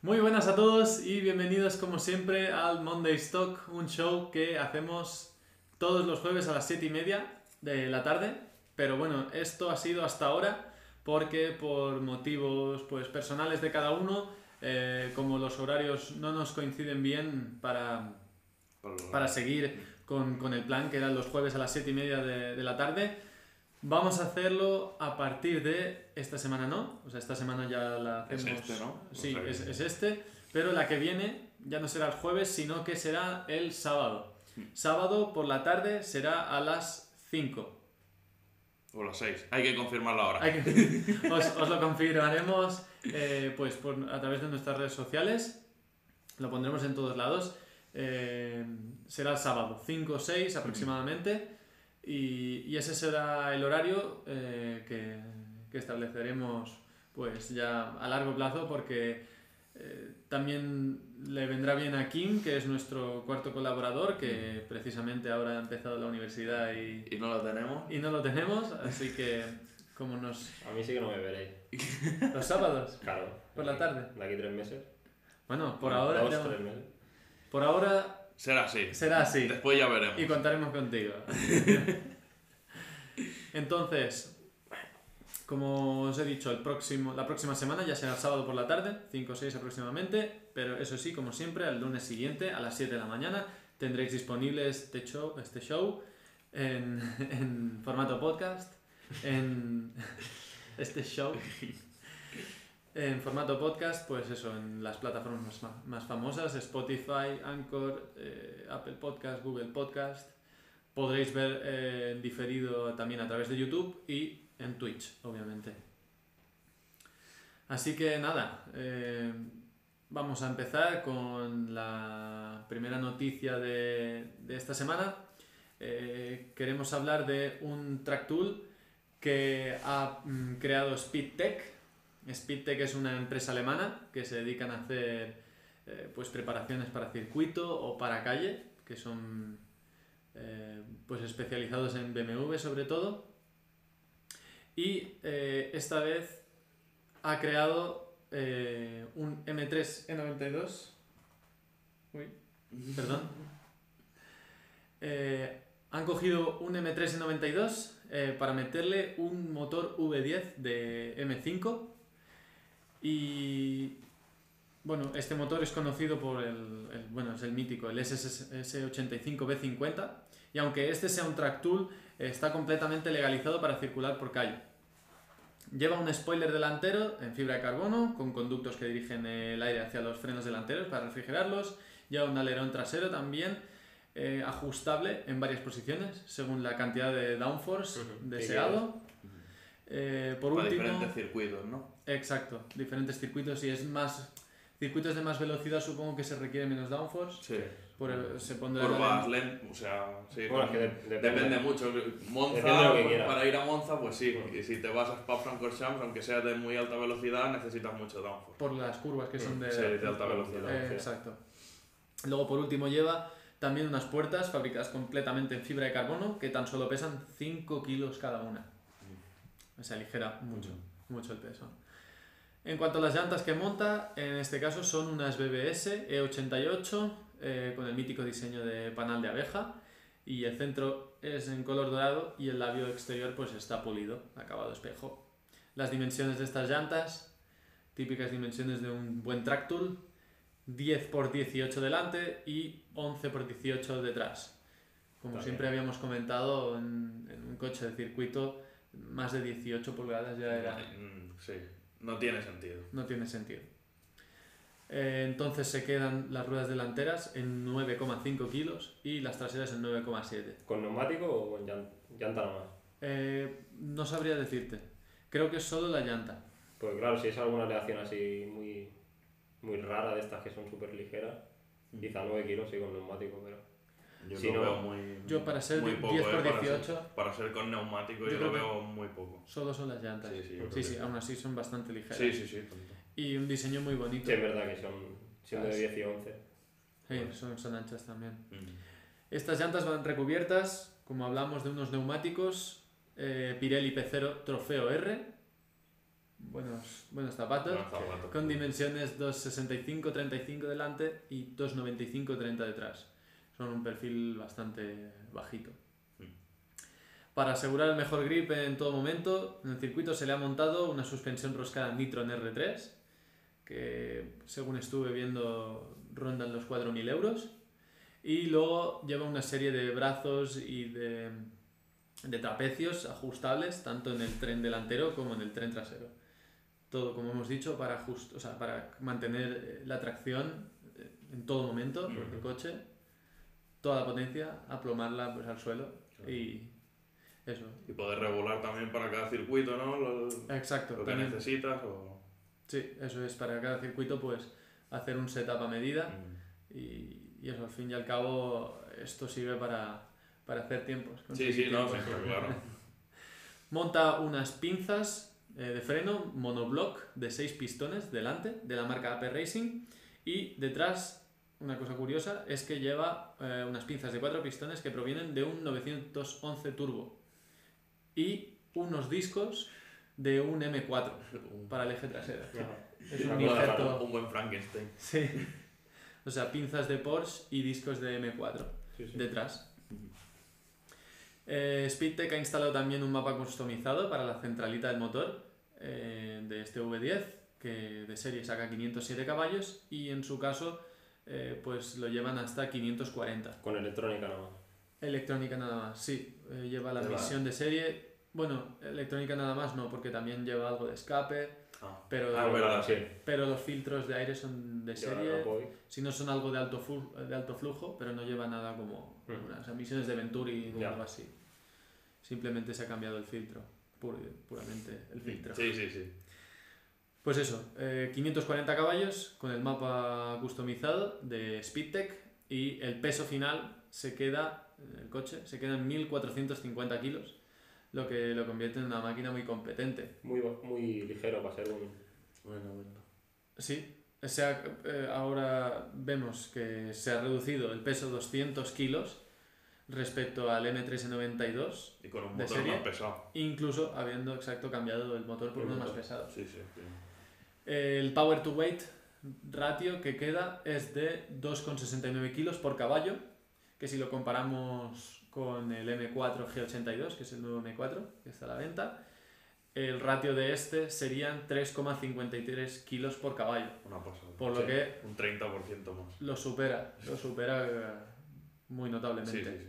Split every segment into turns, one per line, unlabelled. Muy buenas a todos y bienvenidos como siempre al Monday Stock, un show que hacemos todos los jueves a las 7 y media de la tarde. Pero bueno, esto ha sido hasta ahora porque por motivos pues, personales de cada uno, eh, como los horarios no nos coinciden bien para, para seguir con, con el plan que eran los jueves a las 7 y media de, de la tarde. Vamos a hacerlo a partir de esta semana, ¿no? O sea, esta semana ya la
Es
hacemos.
este, ¿no?
Sí,
O sea,
es, es este, pero la que viene ya no será el jueves, sino que será el sábado.
Hmm.
Sábado por la tarde será a las 5.
O las 6. Hay que confirmarlo ahora.
Hay que- os, os lo confirmaremos eh, pues por, a través de nuestras redes sociales. Lo pondremos en todos lados. Eh, será el sábado, 5 o 6 aproximadamente. Y, y ese será el horario eh, que, que estableceremos pues ya a largo plazo porque eh, también le vendrá bien a Kim, que es nuestro cuarto colaborador, que precisamente ahora ha empezado la universidad y,
Y no lo tenemos.
y no lo tenemos, así que como nos...
A mí sí que no me veréis.
Los sábados.
Claro.
Por la tarde.
De aquí tres meses.
Bueno, por ahora,
Dos,
ya-
tres meses.
por ahora
Será así.
será así.
Después ya veremos.
Y contaremos contigo. Entonces, como os he dicho, el próximo, la próxima semana ya será el sábado por la tarde, 5 o 6 aproximadamente, pero eso sí, como siempre, al lunes siguiente a las 7 de la mañana tendréis disponible este show, este show en, en formato podcast, en este show. En formato podcast, pues eso, en las plataformas más, fa- más famosas, Spotify, Anchor, eh, Apple Podcast, Google Podcast. Podréis ver eh, en diferido también a través de YouTube y en Twitch, obviamente. Así que nada, eh, vamos a empezar con la primera noticia de, de esta semana. Eh, queremos hablar de un track tool que ha mm, creado SpeedTech. SpeedTech es una empresa alemana que se dedican a hacer eh, pues preparaciones para circuito o para calle, que son eh, pues especializados en BMW sobre todo. Y eh, esta vez ha creado eh, un E M3 E92. Uy, perdón. Eh, han cogido un E M3 E92 eh, para meterle un motor V10 de M5. Y bueno, este motor es conocido por el, el- bueno, es el mítico, el SS S85B50. Y aunque este sea un track tool, eh, está completamente legalizado para circular por calle. Lleva un spoiler delantero en fibra de carbono, con conductos que dirigen el aire hacia los frenos delanteros para refrigerarlos. Lleva un alerón trasero también, eh, ajustable en varias posiciones, según la cantidad de downforce
Ujú.
deseado. Eh, por
Para
último,
diferentes circuitos, ¿no?
Exacto, diferentes circuitos y es más circuitos de más velocidad supongo que se requiere menos downforce,
Sí.
por el- se pondrá el-
Curvas, lentas, o sea, sí, con-
Bueno, es que de-
depende.
depende.
mucho. Monza,
Depende de lo que
pues,
quieras.
para ir a Monza, pues sí.
Bueno.
Y si te vas a Spa-Francorchamps, aunque sea de muy alta velocidad, necesitas mucho downforce.
por las curvas que son de,
Sí, de alta velocidad.
Eh, exacto. Luego por último lleva también unas puertas fabricadas completamente en fibra de carbono que tan solo pesan 5 kilos cada una. O sea, ligera mucho, mucho el peso. En cuanto a las llantas que monta, en este caso son unas BBS E88 eh, con el mítico diseño de panal de abeja y el centro es en color dorado y el labio exterior pues está pulido, acabado espejo. Las dimensiones de estas llantas, típicas dimensiones de un buen track tool, 10 x 18 delante y 11 x 18 detrás. Como
Está
siempre habíamos comentado, en, en un coche de circuito más de 18 pulgadas ya era...
Mm, Sí, no tiene sentido.
No tiene sentido. Eh, entonces se quedan las ruedas delanteras en 9,5 kilos y las traseras en 9,7.
¿Con neumático o con llan- llanta nada más?
Eh, no sabría decirte. Creo que es solo la llanta.
Pues claro, si es alguna aleación así muy, muy rara de estas que son súper ligeras, quizá 9 kilos sí con neumático, pero...
Yo
Si
lo
no-
veo muy.
Yo para ser
muy
10
eh,
por
para
18.
Ser, para ser con neumático,
Yo
yo,
creo
lo
que-
veo muy poco.
Solo son las llantas.
Sí, sí, yo creo
sí,
que
sí,
sí.
aún así son bastante ligeras.
Sí, sí, sí. tonto.
Y un diseño muy bonito.
Sí, es verdad que son siendo de 10 y 11.
Sí, son, son anchas también.
Mm.
Estas llantas van recubiertas, como hablamos, de unos neumáticos eh, Pirelli P0 Trofeo R buenos, buenos zapatos.
Buenos zapatos.
Con dimensiones 2,65-35 delante y 2,95-30 detrás. Son un perfil bastante bajito. Para asegurar el mejor grip en todo momento, en el circuito se le ha montado una suspensión roscada Nitron R3, que según estuve viendo rondan los 4.000 euros. Y luego lleva una serie de brazos y de, de trapecios ajustables, tanto en el tren delantero como en el tren trasero. Todo, como hemos dicho, para, just- o sea, para mantener eh, la tracción eh, en todo momento del coche, toda la potencia, aplomarla pues, al suelo y eso.
Y poder regular también para cada circuito, ¿no? Lo, lo
Exacto.
que
también.
necesitas o...
Sí, eso es para cada circuito, pues hacer un setup a medida
Mm.
y, y eso, al fin y al cabo, esto sirve para, para hacer tiempos.
Sí,
conseguir
sí, no,
tiempos.
siempre, claro.
Monta unas pinzas eh, de freno monoblock de 6 pistones delante de la marca AP Racing y detrás, una cosa curiosa, es que lleva eh, unas pinzas de 4 pistones que provienen de un 911 turbo y unos discos de un M4 para el eje trasero. Es un
Una cosa
injerto.
rara.
Un buen Frankenstein.
Sí. O sea, pinzas de Porsche y discos de M4
Sí, sí.
detrás. Eh, Speedtech ha instalado también un mapa customizado para la centralita del motor eh, de este V10, que de serie saca 507 caballos y en su caso eh, pues lo llevan hasta 540.
Con electrónica nada más.
Electrónica nada más, sí, eh, lleva la
Lleva-
misión de serie. Bueno, electrónica nada más no, porque también lleva algo de escape,
Ah,
pero,
Ah, verdad, sí.
pero los filtros de aire son de
Llevar
serie.
la Poi.
Si no son algo de alto, fu- de alto flujo, pero no lleva nada como
Mm.
unas emisiones de Venturi o
Ya.
algo así. Simplemente se ha cambiado el filtro, pur- puramente
Mm,
el filtro.
Mm. Sí, sí, sí.
Pues eso, eh, 540 caballos con el mapa customizado de Speedtech y el peso final se queda, eh, el coche, se queda en 1450 kilos, lo que lo convierte en una máquina muy competente.
Muy, ba- muy ligero para ser un.
Bueno, bueno.
Sí, o sea, eh, ahora vemos que se ha reducido el peso 200 kilos respecto al M1392,
Y con un
¿De
motor
serie?
más pesado.
incluso habiendo exacto cambiado el motor por
El
uno más
motor.
pesado.
Sí, sí. sí.
El power to weight ratio que queda es de 2,69 kilos por caballo, que si lo comparamos con el M4 G82, que es el nuevo M4 que está a la venta, el ratio de este serían 3,53 kilos por caballo,
Una pasada.
por lo
Sí.
que
Un 30% más.
Lo supera, lo supera eh, muy
Sí, sí,
notablemente.
sí.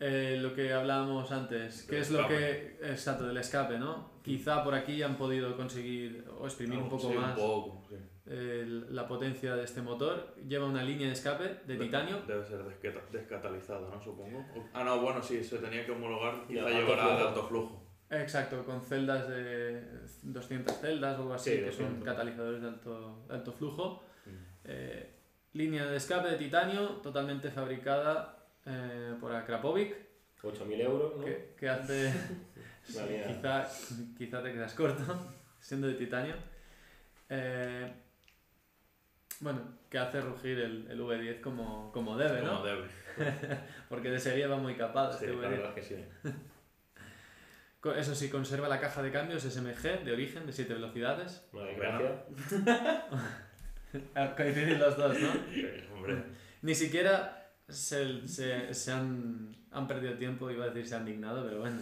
Eh, lo que hablábamos antes,
Del
que es lo que. Exacto, del escape, ¿no? Quizá por aquí han podido conseguir o exprimir un
Algo-
poco
sí,
más
Un poco, sí.
eh, la potencia de este motor. Lleva una línea de escape de titanio.
Debe ser desqueta- descatalizado, ¿no? Supongo. O- Ah, no, bueno, sí, se tenía que homologar.
Y
Quizá
alto
llevará de
flujo.
alto flujo.
Exacto, con celdas de 200 celdas o algo así,
Sí,
que son
200.
catalizadores de alto, de alto flujo.
Mm.
Eh, línea de escape de titanio totalmente fabricada eh, por Akrapovic.
8.000 euros, ¿no?
que, que hace.
La
Sí,
mía.
quizá, quizá te quedas corto, siendo de titanio. Eh, bueno, que hace rugir el, el V10 como, como debe,
Como
¿no?
debe.
Porque de serie va muy capado
Sí,
este
la
V10.
verdad es que sí.
Co- Eso sí, conserva la caja de cambios SMG de origen de 7 velocidades.
Una desgracia.
Ah, Coinciden los dos, ¿no?
Hombre,
Ni siquiera se, se- se han, han perdido tiempo, iba a decir se han dignado, pero bueno,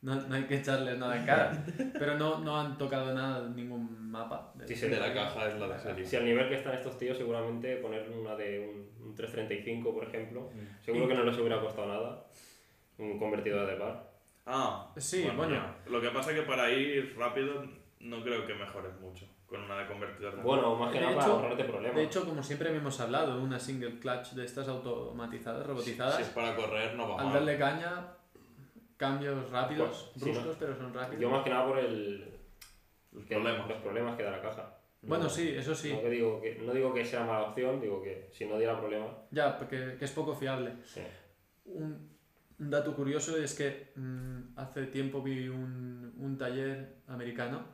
no, no hay que echarles nada en cara. Pero no, no han tocado nada, ningún mapa. del-
Sí, sí,
de la caja es la de serie.
Si al nivel que están estos tíos, seguramente poner una de un, un 335, por ejemplo, seguro que no les hubiera costado nada. Un convertidor de par.
Ah,
Sí, bueno.
ya. Lo que pasa es que para ir rápido no creo que mejores mucho con una de convertidor. de-
Bueno, más que
De
nada para
hecho-
ahorrarte problemas.
De hecho, como siempre hemos hablado, una single clutch de estas automatizadas, robotizadas,
si es para correr no va
al
mal.
darle caña, cambios rápidos,
Pues, sí,
bruscos, pero son rápidos.
Yo más que nada por el,
Los
que-
problemas.
los problemas que da la caja.
Bueno, sí, eso sí,
No, que digo que, no digo que sea mala opción, digo que si no diera problemas.
ya, porque que es poco fiable.
Sí.
Un, un dato curioso es que mm, hace tiempo vi un, un taller americano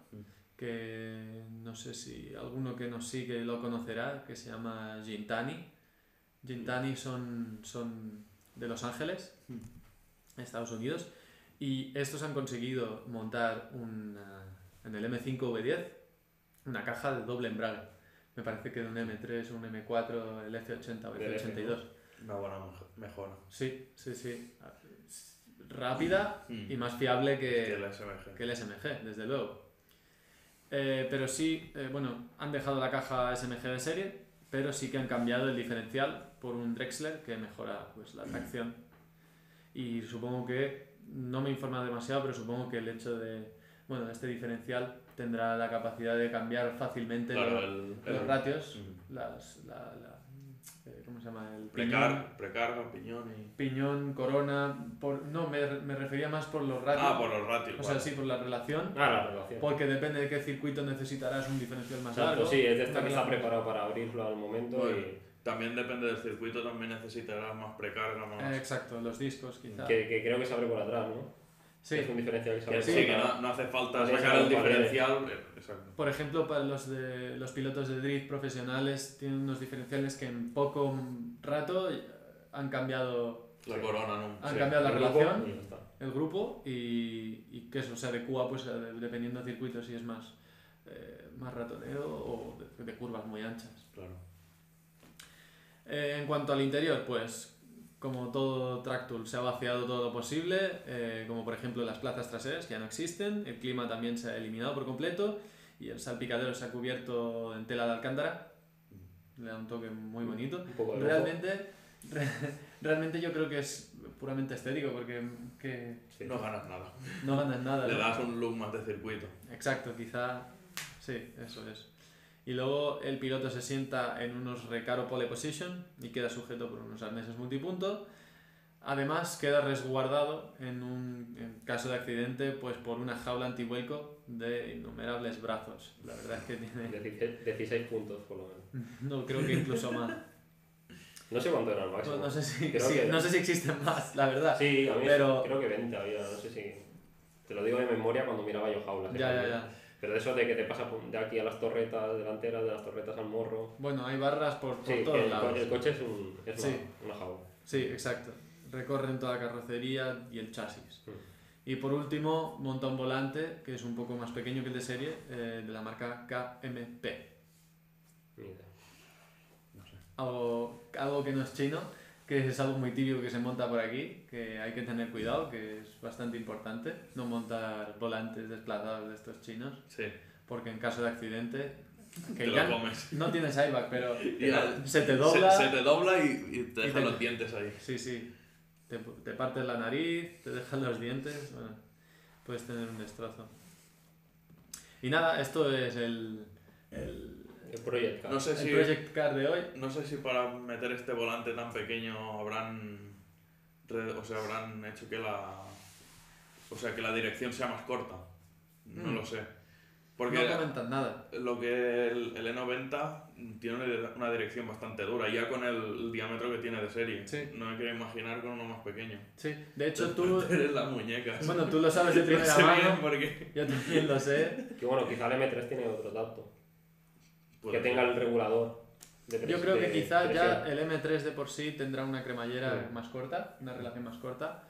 que no sé si alguno que nos sigue lo conocerá, que se llama Gintani. Gintani son, son de Los Ángeles, Estados Unidos, y estos han conseguido montar una, en el M5 V10, una caja de doble embrague. Me parece que de un M3 o un M4, el F80 o
Del
F82.
Una buena mejo- mejora.
Sí, sí, sí. Rápida
Mm.
y más fiable
Que
que,
el SMG.
que el SMG, desde luego. Eh, pero sí, eh, bueno, han dejado la caja SMG de serie, pero sí que han cambiado el diferencial por un Drexler que mejora pues, la tracción. Y supongo que, no me informa demasiado, pero supongo que el hecho de, bueno, este diferencial tendrá la capacidad de cambiar fácilmente
Claro,
los,
el,
los
el-
ratios,
Mm.
las, la, la- eh, ¿cómo se llama? El piñón.
Precar, precarga, piñón y...
Piñón, corona, por, no, me, me refería más por los ratios.
Ah, por los ratios.
O sea,
vale.
sí, por la relación.
Ah, la relación.
Porque depende de qué circuito necesitarás un diferencial más
Exacto,
largo.
sí, es de esta
Una
que está
relación-
preparado para abrirlo al momento
Bueno.
y
También depende del circuito, también necesitarás más precarga, más...
Eh, exacto, los discos quizá.
que, que creo que se abre por atrás, ¿no?
Sí.
Es un diferencial que se abre
sí,
por
que
atrás.
no, no hace falta
Podría
sacar
ser
el
un cuadrero.
diferencial. eh, Exacto.
Por ejemplo, para los, de, los pilotos de drift profesionales tienen unos diferenciales que en poco rato eh, han cambiado
La
Sí.
corona, ¿no?
han
Sí.
cambiado la
El grupo
relación,
y ya está.
el grupo y, y que eso se adecua pues, a- dependiendo del circuito si es más, eh, más ratonero o de- de curvas muy anchas.
Claro.
Eh, en cuanto al interior, pues como todo Tractul se ha vaciado todo lo posible, eh, como por ejemplo las plazas traseras que ya no existen, el clima también se ha eliminado por completo y el salpicadero se ha cubierto en tela de alcántara. Le da un toque muy bonito.
Un poco de lujo.
Realmente, re- realmente yo creo que es puramente estético porque que
Sí.
No ganas nada.
no ganas nada.
Le
¿no?
das un look más de circuito.
Exacto, quizá. Sí, eso es. Y luego el piloto se sienta en unos recaro pole position y queda sujeto por unos arneses multipunto. Además, queda resguardado en un en caso de accidente pues por una jaula antivuelco de innumerables brazos. La verdad es que tiene.
16, 16 puntos por lo menos.
No, creo que incluso más.
No sé cuánto era el máximo.
No, no sé, si,
Pues Creo
sí,
que-
no sé si existen más, la verdad.
Sí, a mí
Pero-
creo que 20 había, no sé si... Te lo digo de memoria cuando miraba yo jaulas.
Ya, ya,
¿eh?
ya.
Pero de eso de que te pasa por- de aquí a las torretas delanteras, de las torretas al morro...
Bueno, hay barras por, por
Sí, que
todos
el, co-
lados.
el coche es, un, es
Sí.
una, una jaula.
Sí, exacto. Recorren toda la carrocería y el chasis.
Mm.
Y por último, monta un volante que es un poco más pequeño que el de serie, eh, de la marca KMP.
Ni idea.
Algo, algo que no es chino, que es algo muy tibio que se monta por aquí, que hay que tener cuidado, que es bastante importante. No montar volantes desplazados de estos chinos,
Sí.
porque en caso de accidente,
Te
que
lo
ya
comes.
no tienes airbag, pero
Y al-
se te dobla.
Se, se te dobla y, y te
Y
deja
te-
los dientes ahí.
Sí, sí. Te, te partes la nariz, te dejan los dientes. Bueno, puedes tener un destrozo. Y nada, esto es el, el,
El Project Car.
No sé
el
si.
Project Car de hoy.
No sé si para meter este volante tan pequeño habrán. re- O sea, habrán hecho que la. O sea, que la dirección sea más corta. No
Mm.
lo sé. Porque
No comentan nada.
lo que el, el E90 tiene una, dire- una dirección bastante dura, ya con el, el diámetro que tiene de serie.
Sí.
No me quiero imaginar con uno más pequeño.
Sí, de hecho tú...
Eres la muñeca.
Bueno, tú lo sabes de
no
primera
sé bien
mano.
por qué.
Yo también lo sé.
Que bueno, quizá el M3 tiene otro tacto.
Puede
que tenga el regulador. de pres-
Yo creo que
de
quizás ya
presión.
el M3 de por sí tendrá una cremallera
Sí.
más corta, una relación más corta.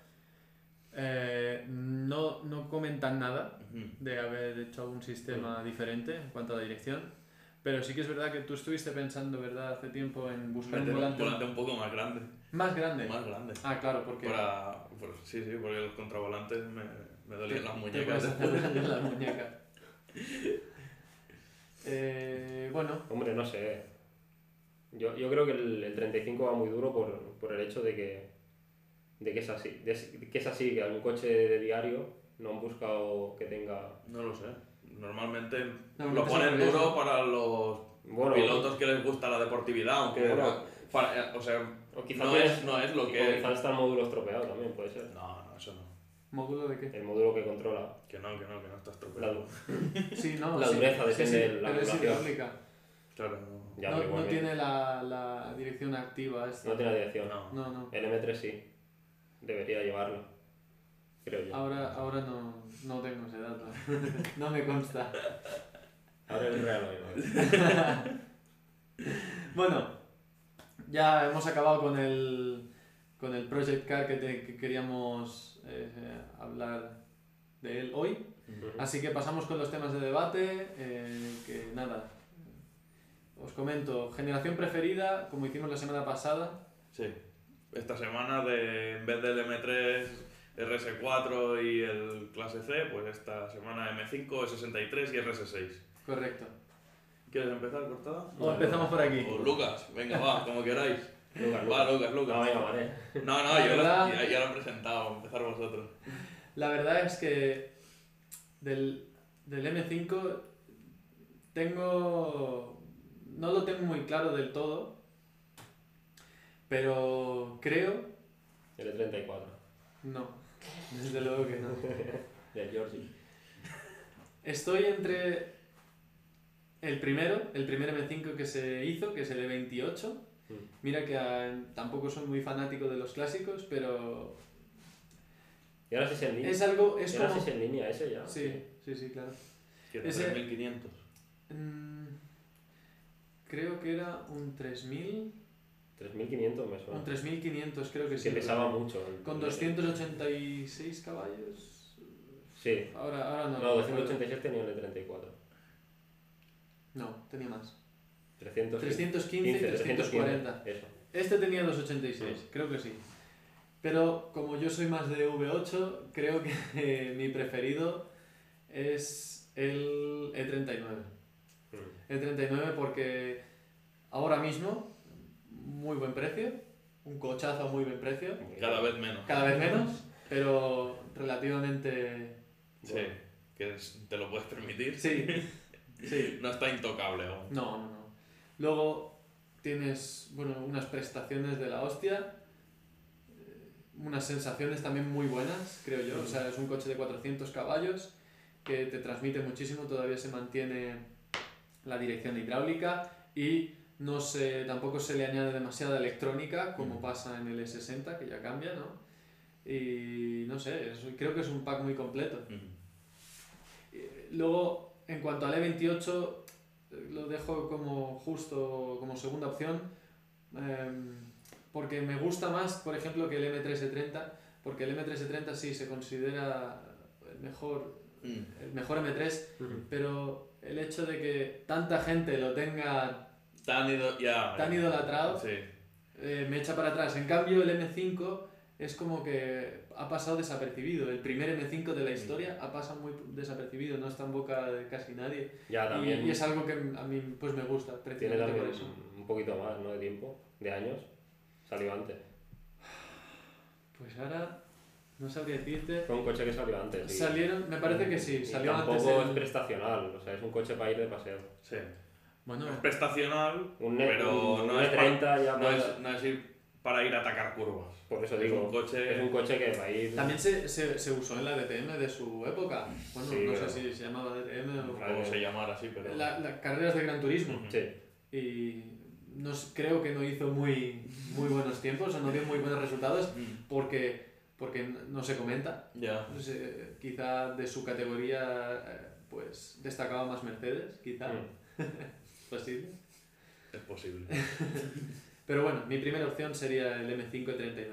Eh, no, no comentan nada,
ser. Ujú.
de haber hecho un sistema diferente en cuanto a la dirección. Pero sí que es verdad que tú estuviste pensando, ¿verdad?, hace tiempo en buscar
Meter
un volante
un poco más grande.
más grande.
Más grande.
Ah, claro, porque
Para, por- sí, sí, porque los contravolantes me, me dolían las
te puedes
muñecas.
hacer daño en las muñecas. Eh, bueno,
Hombre, no sé. Yo, yo creo que el, el 35 va muy duro por, por el hecho de que, de que es así. de es- que es así, que algún coche de diario no han buscado que tenga.
No lo sé. Normalmente
Normalmente
lo ponen
son por
duro
eso.
para los
Bueno,
pilotos que les gusta la deportividad, aunque
Bueno.
no- para- eh, o sea,
o quizás
no es, no es lo que
Quizás está el módulo estropeado también, puede ser.
No, no, eso no.
módulo de qué.
El módulo que controla.
Que no, que no, que no estás
La,
estropeado.
luz.
Sí, no,
La
sí,
dureza
sí,
depende
sí,
de la
pero es
angulación.
hidráulica.
Claro, no.
Ya,
no,
pero
no
igualmente.
tiene la, la dirección activa esta.
no tiene la dirección.
No.
No, no.
El M3 sí. Debería llevarlo. Creo yo.
Ahora, ahora no, no tengo ese dato. no me consta.
Ahora el Real lo lleva.
Bueno, ya hemos acabado con el, con el Project Car que, te- que queríamos eh, eh, hablar de él hoy.
Ujú.
Así que pasamos con los temas de debate, eh, que nada, os comento, generación preferida, como hicimos la semana pasada,
Sí. Esta semana, de, en vez del M3, RS4 y el clase C, pues esta semana M5, S63 y RS6.
correcto.
¿Quieres empezar, Cortada?
O empezamos por aquí.
O Lucas, venga, va, como queráis.
Lucas,
Va,
Lucas.
Lucas,
No,
Lucas.
venga, vale.
No, no,
La
yo lo,
verdad-
ya, ya lo he presentado, empezar vosotros.
La verdad es que del, del M5 tengo. No lo tengo muy claro del todo, pero creo.
El E 34.
No, desde luego que no.
Del Georgie.
Estoy entre el primero, el primer M5 que se hizo, que es el E28.
Mm.
Mira que ah, tampoco soy muy fanático de los clásicos, pero
Y ahora sí es en línea.
es algo.
Y
Es
ahora
como.
sí es en línea ese ya.
Sí, sí, sí, claro.
Que
Ese-
3500.
Mm, Creo que era un 3000,
3.500 me
un
suena.
3500, creo que sí.
Ah. Que pesaba mucho.
Con 286 caballos.
Sí.
Ahora, ahora no.
No, 286 tenía el de 34.
No, tenía más.
300.
315 y
15,
340.
340. Eso.
Este tenía
Ah.
286, creo que sí. Pero como yo soy más de V8, creo que mi preferido es el E E39.
Mm.
El 39 porque ahora mismo, muy buen precio, un cochazo a muy buen precio,
Cada vez menos.
cada vez menos, pero relativamente...
Sí, que es- te lo puedes permitir.
Sí, sí,
No está intocable aún.
no, no, no. Luego tienes, bueno, unas prestaciones de la hostia, eh, unas sensaciones también muy buenas, creo yo, o sea, es un coche de 400 caballos que te transmite muchísimo, todavía se mantiene la dirección hidráulica y no se, tampoco se le añade demasiada electrónica como
Mm.
pasa en el E60 que ya cambia, ¿no? Y no sé, es- creo que es un pack muy completo.
Mm.
Eh, Luego, en cuanto al E28, eh, lo dejo como justo, como segunda opción, em, porque me gusta más, por ejemplo, que el M3E30, porque el M3E30 sí se considera el mejor,
Mm.
el mejor M3, pero el hecho de que tanta gente lo tenga
Tan, ido- ya,
tan
ya.
idolatrado
Sí.
eh, me echa para atrás. En cambio, el M5 es como que ha pasado desapercibido. El primer M5 de la historia ha pasado muy desapercibido, no está en boca de casi nadie.
Ya
Y,
también.
y es algo que a mí pues me gusta,
Tiene
precisamente
también
por eso.
un poquito más, ¿no? De tiempo. De años. Salió antes.
Pues ahora no sabría decirte.
Fue un coche que salió antes. y-
Salieron, me parece que sí,
y
salió antes
tampoco
el-
es prestacional, o sea, es un coche para ir de paseo.
Sí.
Bueno,
Es prestacional,
Un net,
pero
un-
no,
un
es pa-
30 ya
no,
para-
es, no es ir para ir a atacar curvas.
Por eso
Es
digo,
un coche-
es un coche que va a ir.
también se, se, se usó en la DTM de su época. Bueno,
Sí,
no
claro.
sé si se llamaba DTM o...
Claro.
Como se llamara así, pero. Mm,
La- las carreras de Gran Turismo.
Ujú.
Sí,
Y no, s- creo que no hizo muy, muy buenos tiempos o no dio muy buenos resultados
Mm.
porque, porque no se comenta.
Ya.
No sé, quizá de su categoría eh, pues destacaba más Mercedes, quizá. Posible.
Es posible.
Pero bueno, mi primera opción sería el M539.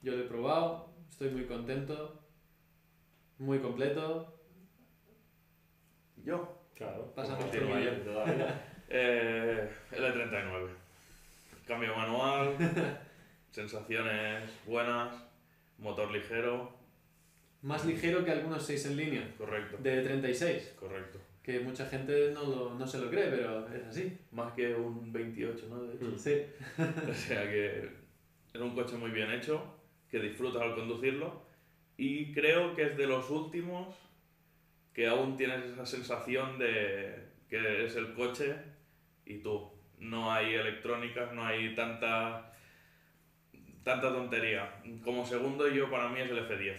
Yo lo he probado, estoy muy contento, muy completo.
Yo.
claro.
Pasamos
Pues,
por
sí,
ello.
toda la vida.
Eh, L39. Cambio manual, sensaciones buenas, motor ligero,
Más ligero que algunos 6 en línea,
correcto.
de 36,
Correcto.
que mucha gente no, lo- no se lo cree, pero es así.
Más que un 28, ¿no? De hecho.
Mm.
Sí,
O sea que es un coche muy bien hecho, que disfrutas al conducirlo y creo que es de los últimos que aún tienes esa sensación de que es el coche y tú. No hay electrónicas, no hay tanta tanta tontería. Como segundo yo para mí es el F10.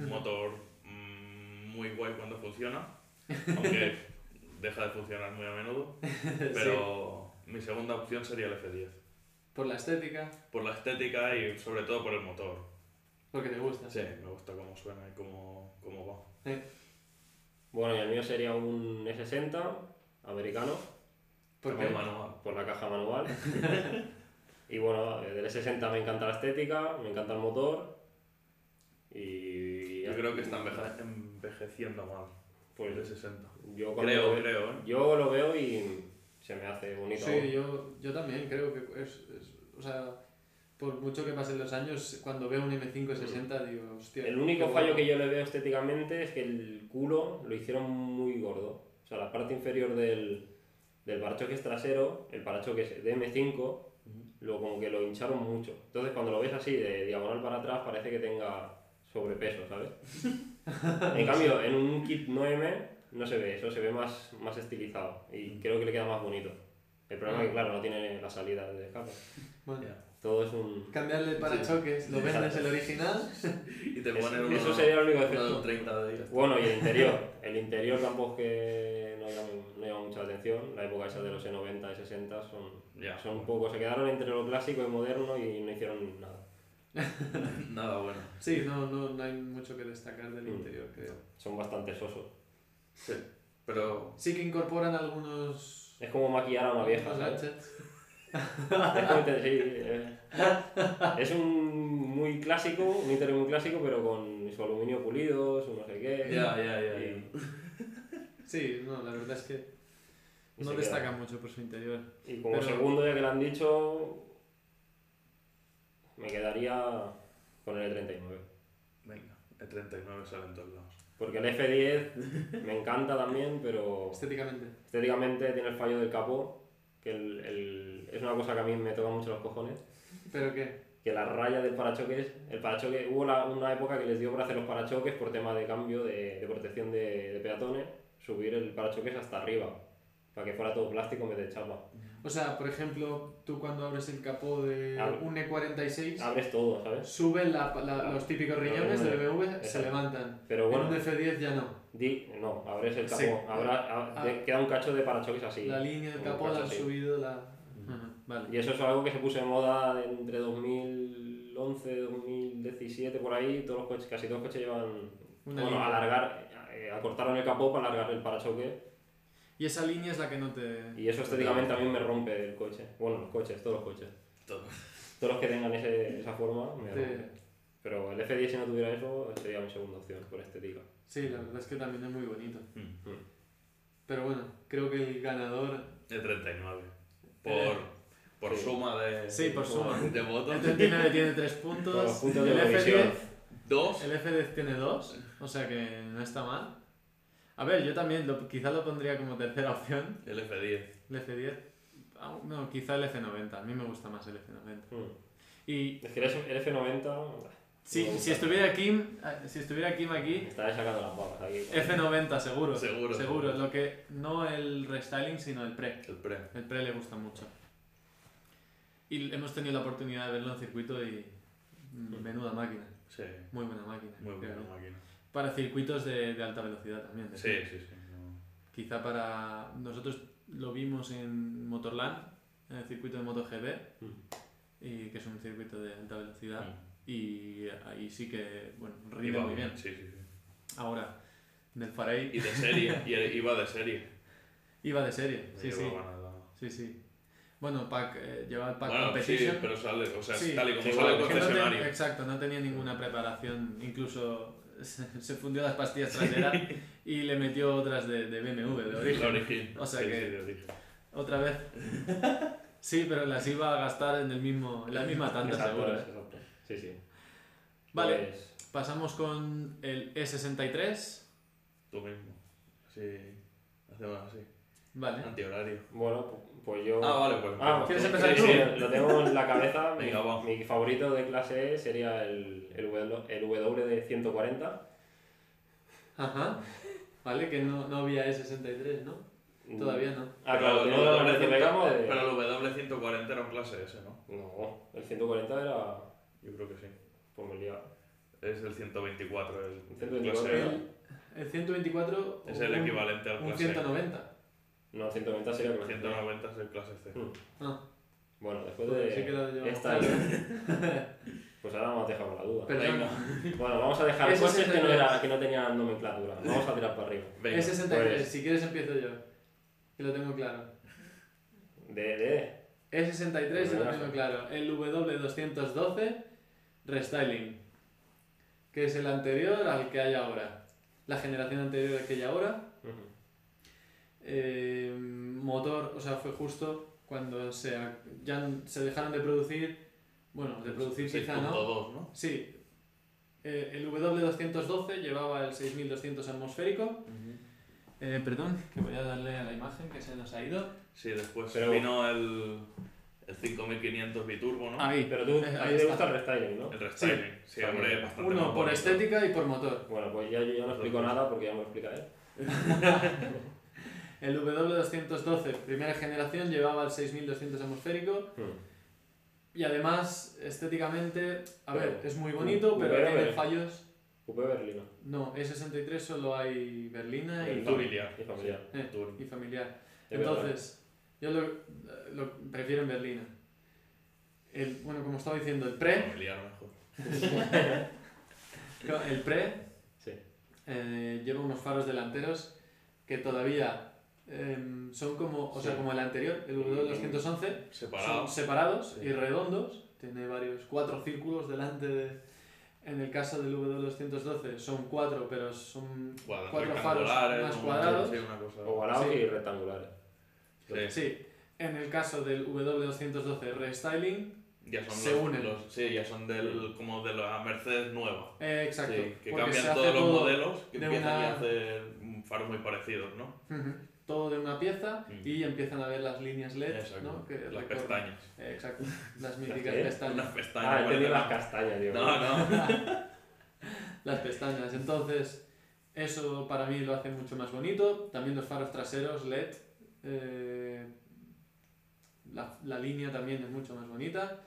Un motor mm, muy guay cuando funciona, aunque deja de funcionar muy a menudo, pero mi segunda opción sería el F10
por la estética,
por la estética y sobre todo por el motor.
porque te gusta.
Sí, me gusta cómo suena y cómo, cómo va.
Eh,
Bueno, y el mío sería un E60 americano,
porque
Cambio manual.
por la caja manual. y bueno, eh, del E60 me encanta la estética, me encanta el motor. Y.
Yo creo que está enveje- en- envejeciendo mal.
Pues-
de 60.
Yo cuando
Creo,
lo ve-
creo, ¿eh?
Yo lo veo y se me hace bonito.
Sí, yo, yo también creo que es, es- O sea, por mucho que pasen los años, cuando veo un M560 digo, hostia.
Mm. El único
qué
fallo
guapo.
que yo le veo estéticamente es que el culo lo hicieron muy gordo. O sea, la parte inferior del, del parachoques trasero, el parachoques de M5, lo, como que lo hincharon mucho. Entonces, cuando lo ves así, de diagonal para atrás, parece que tenga sobrepeso, ¿sabes? en cambio, en un kit 9M no se ve eso, se ve más, más estilizado y creo que le queda más bonito. El problema es que, claro, no tiene la salida de escape.
Bueno,
Ya.
Todo es un...
Cambiarle el parachoques, lo vendes el original.
Y te
Eso-
ponen
eso
uno-
sería el único
uno
defecto.
de 30 de ellas.
Bueno, y el interior. El interior tampoco es que no llama, no llama mucha atención. La época esa de los 90 y 60 son,
Ya.
son pocos. Se quedaron entre lo clásico y moderno y no hicieron nada.
Nada bueno.
Sí, no, no, no hay mucho que destacar del
Mm.
interior, creo.
Son bastante sosos.
Sí. Pero
Sí que incorporan algunos.
Es como maquillar a una vieja,
algunos
¿sabes?
gadgets.
Es, como te- sí, eh. Es un muy clásico, un interior muy clásico, pero con su aluminio pulido, su no sé qué.
Ya, ya, ya,
Y-
ya.
Sí, no, la verdad es que
y
no
se
destaca
queda.
mucho por su interior.
Y como
Pero-
segundo, ya que lo han dicho, me quedaría con el 39.
venga, el 39 sale en todos lados.
Porque el F10 me encanta también, pero
Estéticamente.
estéticamente tiene el fallo del capó, que el- el- es una cosa que a mí me toca mucho los cojones,
¿Pero qué?
que la raya del parachoques, el parachoque, hubo la- una época que les dio por hacer los parachoques por tema de cambio de, de protección de, de peatones, subir el parachoques hasta arriba, para que fuera todo plástico en vez de chapa.
O sea, por ejemplo, tú cuando abres el capó de
Abre.
un E E46,
Abres todo, ¿sabes?
suben la- la- los típicos riñones
Los
del
riñones.
BMW, se
Exacto.
levantan.
Pero bueno,
En un F10 ya no.
di- no, abres el capó,
Sí.
habrá-
Ah.
de- queda un cacho de parachoques así.
La línea del
un
capó
cacho
la han
así.
subido, la. Ajá, Vale.
Y eso es algo que se puso de moda entre 2011, 2017, por ahí. Todos los coches, casi todos los coches llevan.
Una
bueno,
línea.
alargar, eh, acortaron el capó para alargar el parachoque.
Y esa línea es la que no te.
Y eso estéticamente también me rompe el coche. Bueno, los coches, todos los coches.
Todo.
Todos los que tengan ese- esa forma me
Sí.
rompe. Pero el F10, si no tuviera eso, sería mi segunda opción por estética.
Sí, la verdad es que también es muy bonito.
Mm.
Pero bueno, creo que el ganador.
El 39. Por,
Eh,
por
sí.
suma de,
Sí, por suma.
de votos.
El 39 tiene 3
Con los
puntos.
puntos de
el,
la
F10,
división.
Dos.
el F10 tiene 2, o sea que no está mal. A ver, yo también lo, quizás lo pondría como tercera opción,
El F10.
el F10. Ah, No, quizá el F90, a mí me gusta más el F90.
Mm.
Y
Es que el F- el F90
si,
Me gusta.
si estuviera Kim, ah, si estuviera Kim aquí,
me está sacando las papas aquí.
F90 seguro.
Seguro.
Seguro, lo que no el restyling, sino el pre.
El pre.
El pre le gusta mucho. Y hemos tenido la oportunidad de verlo en circuito y mm, menuda máquina.
Sí.
Muy buena máquina.
Muy buena
creo yo.
máquina.
Para circuitos de, de alta velocidad también. de
Sí,
hecho.
sí, sí. no.
Quizá para... Nosotros lo vimos en Motorland, en el circuito de MotoGP,
Mm.
y, que es un circuito de alta velocidad.
Mm.
Y ahí sí que, bueno,
Y
rinde
va
muy bien.
Sí, sí, sí.
Ahora, del Farey
Y de serie. y el- iba de serie.
iba de serie.
No
Sí, sí.
llevaba nada.
Sí, sí. Bueno, pack, eh, llevaba el pack
Bueno, sí,
competition.
pero sale, o sea,
Sí.
tal y como
Sí,
sale el
bueno,
Que no ten-
concesionario.
exacto, no tenía ninguna preparación, incluso se, se fundió las pastillas traseras y le metió otras de, de BMW de
La
origen.
origen.
O sea
Sí,
que-
sí, de origen.
Otra vez. Sí, pero las iba a gastar en, el mismo, en la misma tanda,
Exacto,
seguro. ¿eh?
exacto. Sí, sí.
Vale,
Pues,
pasamos con el E E63.
Tú mismo. Sí. Hacemos así.
¿Eh? Vale.
Antihorario.
bueno, pues yo.
Ah, vale, pues.
Ah,
¿Quieres
sí,
empezar
sí,
tú?
sí, Lo tengo en la cabeza.
Venga,
mi,
va.
mi favorito de clase E sería el, el, w, el W de 140.
Ajá. Vale, que no, no había E E63, ¿no?
Uh.
Todavía no.
Ah, claro,
el
tengo la
W100
que pegamos de.
Pero el W140 era un clase S, ¿no?
No, el 140 era.
Yo creo que sí.
Pues me liaba.
Es el 124, el,
El
el clase
124.
E.
El, el 124
Es
o
el
un-
equivalente al
un
clase E.
190.
No, 190 sería
El
clase
190 es el clase C.
Mm.
Ah,
Bueno, después de.
Pues sí que lo llevamos.
esta,
claro.
pues ahora vamos a dejar con la duda.
Perdón.
Bueno, vamos a dejar
Ese
coches que no,
63.
era, que no tenían nomenclatura. Vamos a tirar para arriba.
Venga,
es 63,
pues-
si quieres empiezo yo. Que lo tengo claro.
De, de
Es 63, yo lo
Venga.
tengo claro. El W212 Restyling. Que es el anterior al que hay ahora. la generación anterior a aquella hora.
Ujú.
Eh, motor, o sea, fue justo cuando se, ac- ya se dejaron de producir, bueno, de producir quizá no.
6.2, ¿no?
Sí, Eh, el W212 llevaba el 6200 atmosférico. Eh, perdón, que voy a darle a la imagen que se nos ha ido.
Sí, después
Pero-
vino el, el 5500 biturbo, ¿no?
Ahí,
Pero tú,
eh,
a
ahí
ti te
está.
gusta el restyling, ¿no?
El restyling. Sí,
También.
hombre, es bastante más
Uno por
bonito.
estética y por motor.
Bueno, pues ya yo ya no explico nada porque ya me lo explica él.
El W212, primera generación, llevaba el 6200 atmosférico.
Hmm.
Y además, estéticamente, a ver,
Pero, eh.
es muy bonito,
un
pero
VR.
tiene fallos.
Coupé berlino.
No, E E63 solo hay berlina
El
y,
Touring. familiar.
Y familiar.
eh,
Touring.
y familiar.
Es verdad.
Entonces, yo lo, lo prefiero en berlina. El, bueno, como estaba diciendo, el pre,
Familiar mejor.
el pre
Sí.
eh, lleva unos faros delanteros que todavía em, son como, o sea,
Sí.
como el anterior, el W211,
Separado.
Son separados
Sí.
y redondos. Tiene varios, cuatro círculos delante de... En el caso del V212 son cuatro, pero son...
Cuadra-
cuatro faros
rectangulares,
más
¿no?
cuadrados. Oh,
Sí, una cosa.
Ovalados
Sí.
y rectangulares.
Sí.
Sí. En el caso del W212 Restyling,
Ya son
Se
los,
unen.
los- sí, ya son del, como de la Mercedes nueva.
eh, exacto.
Sí, que
porque se
cambian
hace
todos los
todo-
modelos, que
de
empiezan
una-
a hacer mm, faros muy parecidos, ¿no?
Ujú, Todo de una pieza
Mm.
y empiezan a ver las líneas LED,
Exacto.
¿Eh? ¿no? Que
Las
recorren.
pestañas.
Eh, exacto. Las míticas
qué?
pestañas.
Unas pestañas.
Ah, he
parece
tenido las
una-
castañas, digo.
No, no.
las pestañas. Entonces, eso para mí lo hace mucho más bonito. También los faros traseros LED. eh, la, la línea también es mucho más bonita.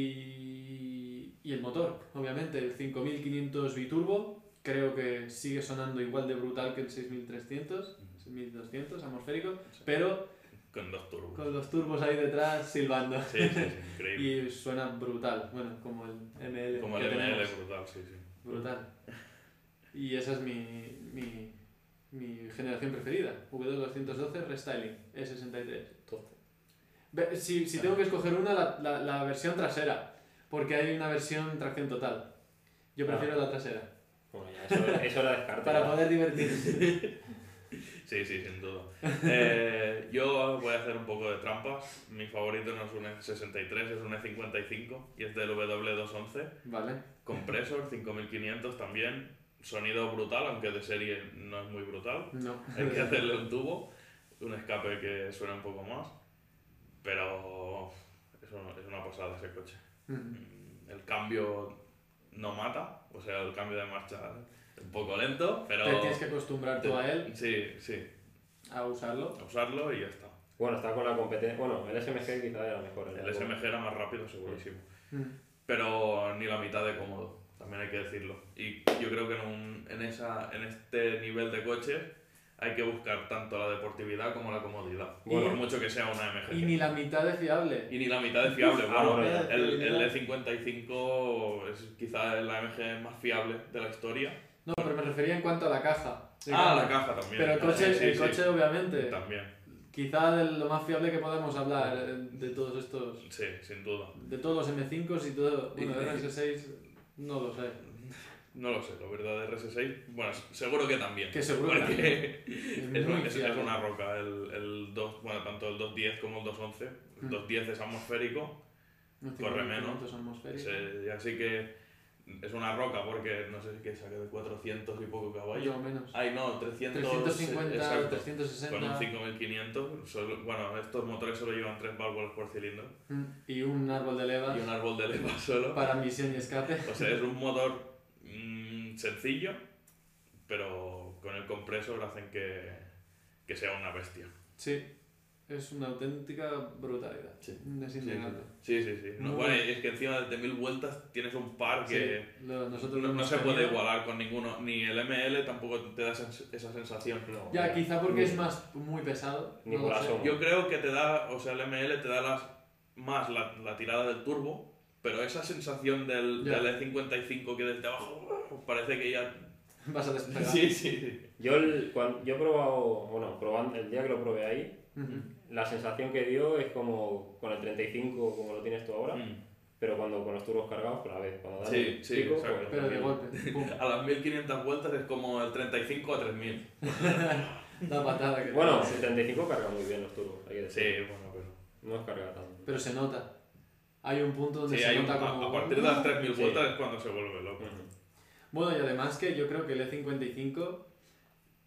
Y, y el motor, obviamente, el 5500 biturbo. Creo que sigue sonando igual de brutal que el 6300, 6200 atmosférico, pero
Con dos turbos.
con los turbos ahí detrás silbando.
Sí, sí, sí, increíble.
Y suena brutal, bueno, como el ML.
Como
que
el ML
tenemos.
es brutal, sí, sí.
Brutal. Y esa es mi, mi, mi generación preferida. V212 Restyling E E63.
Entonces,
Ve- Si, si tengo que escoger una, la, la, la versión trasera. Porque hay una versión tracción total. Yo
Ah.
prefiero la trasera.
Bueno, ya, eso, eso era descartar.
Para
pues
poder divertirse.
Sí, sí, sin duda. Eh, yo voy a hacer un poco de trampas. Mi favorito no es un E E63, es un E55 y es del W211.
Vale.
Compresor, 5500 también. Sonido brutal, aunque de serie no es muy brutal.
No.
Hay que hacerle un tubo, un escape que suena un poco más. Pero es una, es una pasada ese coche.
Mm.
Mm, El cambio no mata, o sea, el cambio de marcha es un poco lento, pero...
Te tienes que acostumbrar tú a él,
Sí, sí,
a usarlo.
a usarlo y ya está.
Bueno, está con la competencia. Bueno, el SMG quizá era mejor. era
El
como-
SMG era más rápido, segurísimo.
Mm.
Pero ni la mitad de cómodo, también hay que decirlo. Y yo creo que en, un- en, esa, en este nivel de coches hay que buscar tanto la deportividad como la comodidad.
Bueno.
por mucho que sea una MG.
Y ni la mitad de fiable.
Y ni la mitad es fiable. bueno,
bueno, ya.
el, E el E55 es quizá la MG más fiable de la historia.
No, pero me refería en cuanto a la caja.
Ah, la caja también.
Pero el coche,
Sí, sí,
el
eh, sí.
coche obviamente.
También,
Quizá de lo más fiable que podamos hablar eh, de todos estos,
sí, sin duda.
de todos los M5s y todo, bueno,
Y-
RS6 no lo sé,
No lo sé, la verdad de RS6, bueno, seguro que también.
que seguro que
Porque
es
es,
muy
una- es- es
fiable.
una roca. El, el 2, bueno, tanto el 210 como el 211. El
Mm.
210 es atmosférico,
No tiene
corre menos.
movimientos atmosféricos.
se- y así que es una roca porque no sé si que saque de 400 y poco caballos.
Yo menos.
Ay, no, 300.
350,
exacto. Con un
360
5500, solo- bueno, estos motores solo llevan 3 válvulas por cilindro
mm, y un árbol de levas
y un árbol de leva solo.
para misión y escape.
O sea, es un motor mm, sencillo, pero con el compresor hacen que, que sea una bestia.
Sí, es una auténtica brutalidad.
Sí.
Es
Sí,
innegable.
sí, sí. sí. No,
Muy
bueno,
bueno.
es que encima de mil vueltas tienes un par
Sí,
Ah, que
lo- nosotros lo
no, no
hemos
se puede
tenido.
igualar con ninguno. Ni el ML tampoco te da sens- esa sensación.
No,
Ya,
no.
quizá porque es
Ni-
más muy pesado.
Ni
no lo
por
sé.
asomo.
Yo creo que te da, o sea, el ML te da las, más la, la tirada del turbo, pero esa sensación del,
Ya.
del E E55 que desde abajo parece que ya...
Vas a despegar.
Sí, sí.
Yo, el- cuan- yo he probado, bueno, probando, el día que lo probé ahí,
Ujú.
la sensación que dio es como con el 35, como lo tienes tú ahora,
Mm.
pero cuando con los turbos cargados, pues a ver, cuando dan
Sí,
el
sí,
pico,
exacto.
pues,
Pero de golpe, pum,
A las 1500 vueltas es como el 35 a 3000.
la patada que
Bueno,
te hace.
75 carga muy bien los turbos, hay que
Sí,
decir.
bueno, pero.
No os carga tanto.
Pero se nota. Hay un punto donde
Sí,
se
hay un-
nota
a,
como...
a partir de las 3000
Sí.
vueltas es cuando se vuelve loco.
Ujú.
Bueno, y además que yo creo que el E E55...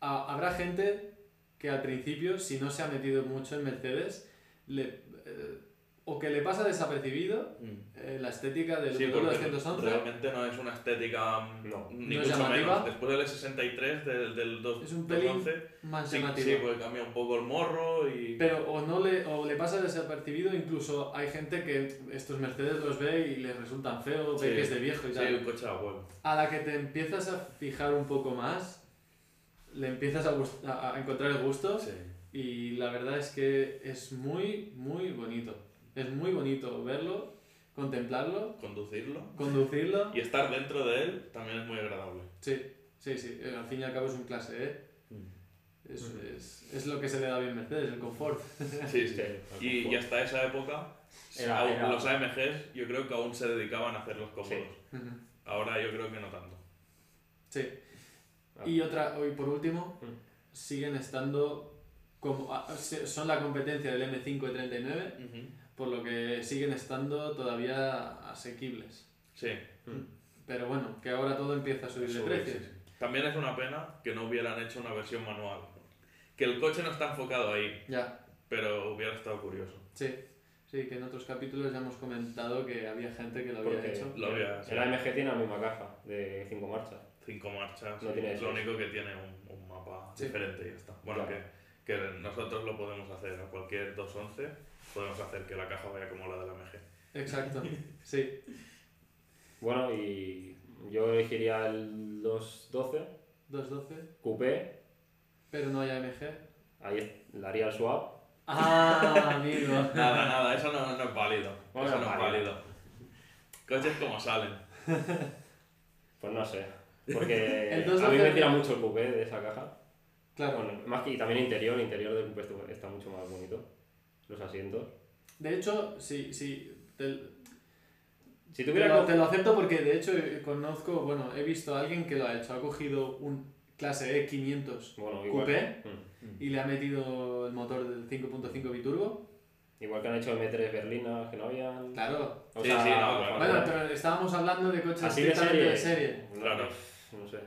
a- habrá gente que al principio, si no se ha metido mucho en Mercedes, le- eh, o que le pasa desapercibido eh, la estética del
Mm. Sí,
motor
porque
211.
realmente no es una estética mm,
No.
ni
No es
mucho
llamativa.
menos. Después del S63, del, del 2,
Es un pelín
211,
Más
sí,
llamativa.
sí, porque cambia un poco el morro y...
Pero o, no le, o le pasa desapercibido, incluso hay gente que estos Mercedes los ve y les resultan feos, ve
Sí.
que es de viejo y
sí,
tal.
un coche de abuelo.
A la que te empiezas a fijar un poco más, le empiezas a, gust- a- a encontrar el gusto
Sí.
y la verdad es que es muy, muy bonito. Es muy bonito verlo, contemplarlo,
Conducirlo
conducirlo.
y estar dentro de él también es muy agradable.
Sí, sí, sí. eh, Al fin y al cabo es un clase E. Es,
Ujú.
es, es lo que se le da bien a Mercedes, el confort.
Sí,
Sí,
sí.
al
Y, y
confort.
hasta esa época,
Era-
aún
era-
los AMGs yo creo que aún se dedicaban a hacerlos cómodos.
Sí.
Ujú.
Mm.
Ahora yo creo que no tanto.
Sí.
Ah.
Y otra, hoy por último,
Mm.
siguen estando como ah, se- son la competencia del M5 y 39, por lo que siguen estando todavía asequibles.
Sí.
Pero bueno, que ahora todo empieza a subir de
Sobre-
precios.
sí, sí. También es una pena que no hubieran hecho una versión manual. Que el coche no está enfocado ahí,
Ya,
pero hubiera estado curioso.
sí. Sí, que en otros capítulos ya hemos comentado que había gente que lo había
Porque
hecho.
Lo había-
el AMG tiene la misma caja de 5 marchas.
Cinco marchas,
No tiene
lo
seis.
único que tiene un, un mapa
Sí.
diferente y ya está. Bueno,
Claro.
que, que nosotros lo podemos hacer a cualquier 211, podemos hacer que la caja vaya como la del AMG.
Exacto, sí.
Bueno, y yo elegiría el 212
212,
Coupé,
pero no hay AMG.
ahí es- le haría el swap.
Ah, amigo.
Nada, nada, eso no, no es válido.
Bueno,
eso no es
válido.
válido. Coches como salen.
Pues no sé, porque
El
a mí
212
me tira mucho el Coupé de esa caja.
Claro.
Bueno, más que y también interior, el interior del Coupé estu- está mucho más bonito. Los asientos.
De hecho, sí, sí. te-
Si
Te
tuviera
lo,
que-
te lo acepto porque de hecho eh, conozco, bueno, he visto a alguien que lo ha hecho, ha cogido un clase E500
Bueno, igual.
coupé
Mm.
y le ha metido el motor del 5.5 biturbo.
Igual que han hecho M3 Berlina, que no habían.
Claro.
O
Sí, sí, no, claro.
bueno,
Bueno, pero estábamos hablando de coches
así de
estrictamente
serie.
de serie.
Claro.
No sé.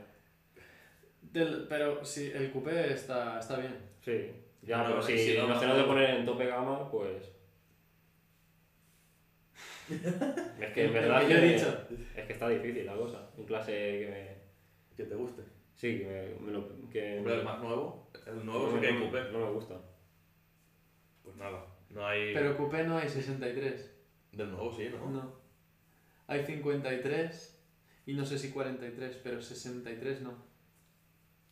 Del- pero sí, el coupé está, está bien.
Sí. Ya,
No,
pero
no,
si,
y si no,
nos
no.
tenemos de poner en tope gama, pues. es que en verdad.
Lo que yo he
que-
dicho.
Es que está difícil la cosa. Un clase que me.
Que te guste.
Sí, que me, me lo. Que
Pero el más nuevo, el nuevo
no,
es el que hay
no-
coupé.
no me gusta.
Pues nada, no hay.
Pero coupé no hay 63.
Del nuevo sí, ¿no?
No. Hay 53 y no sé si 43, pero 63 no.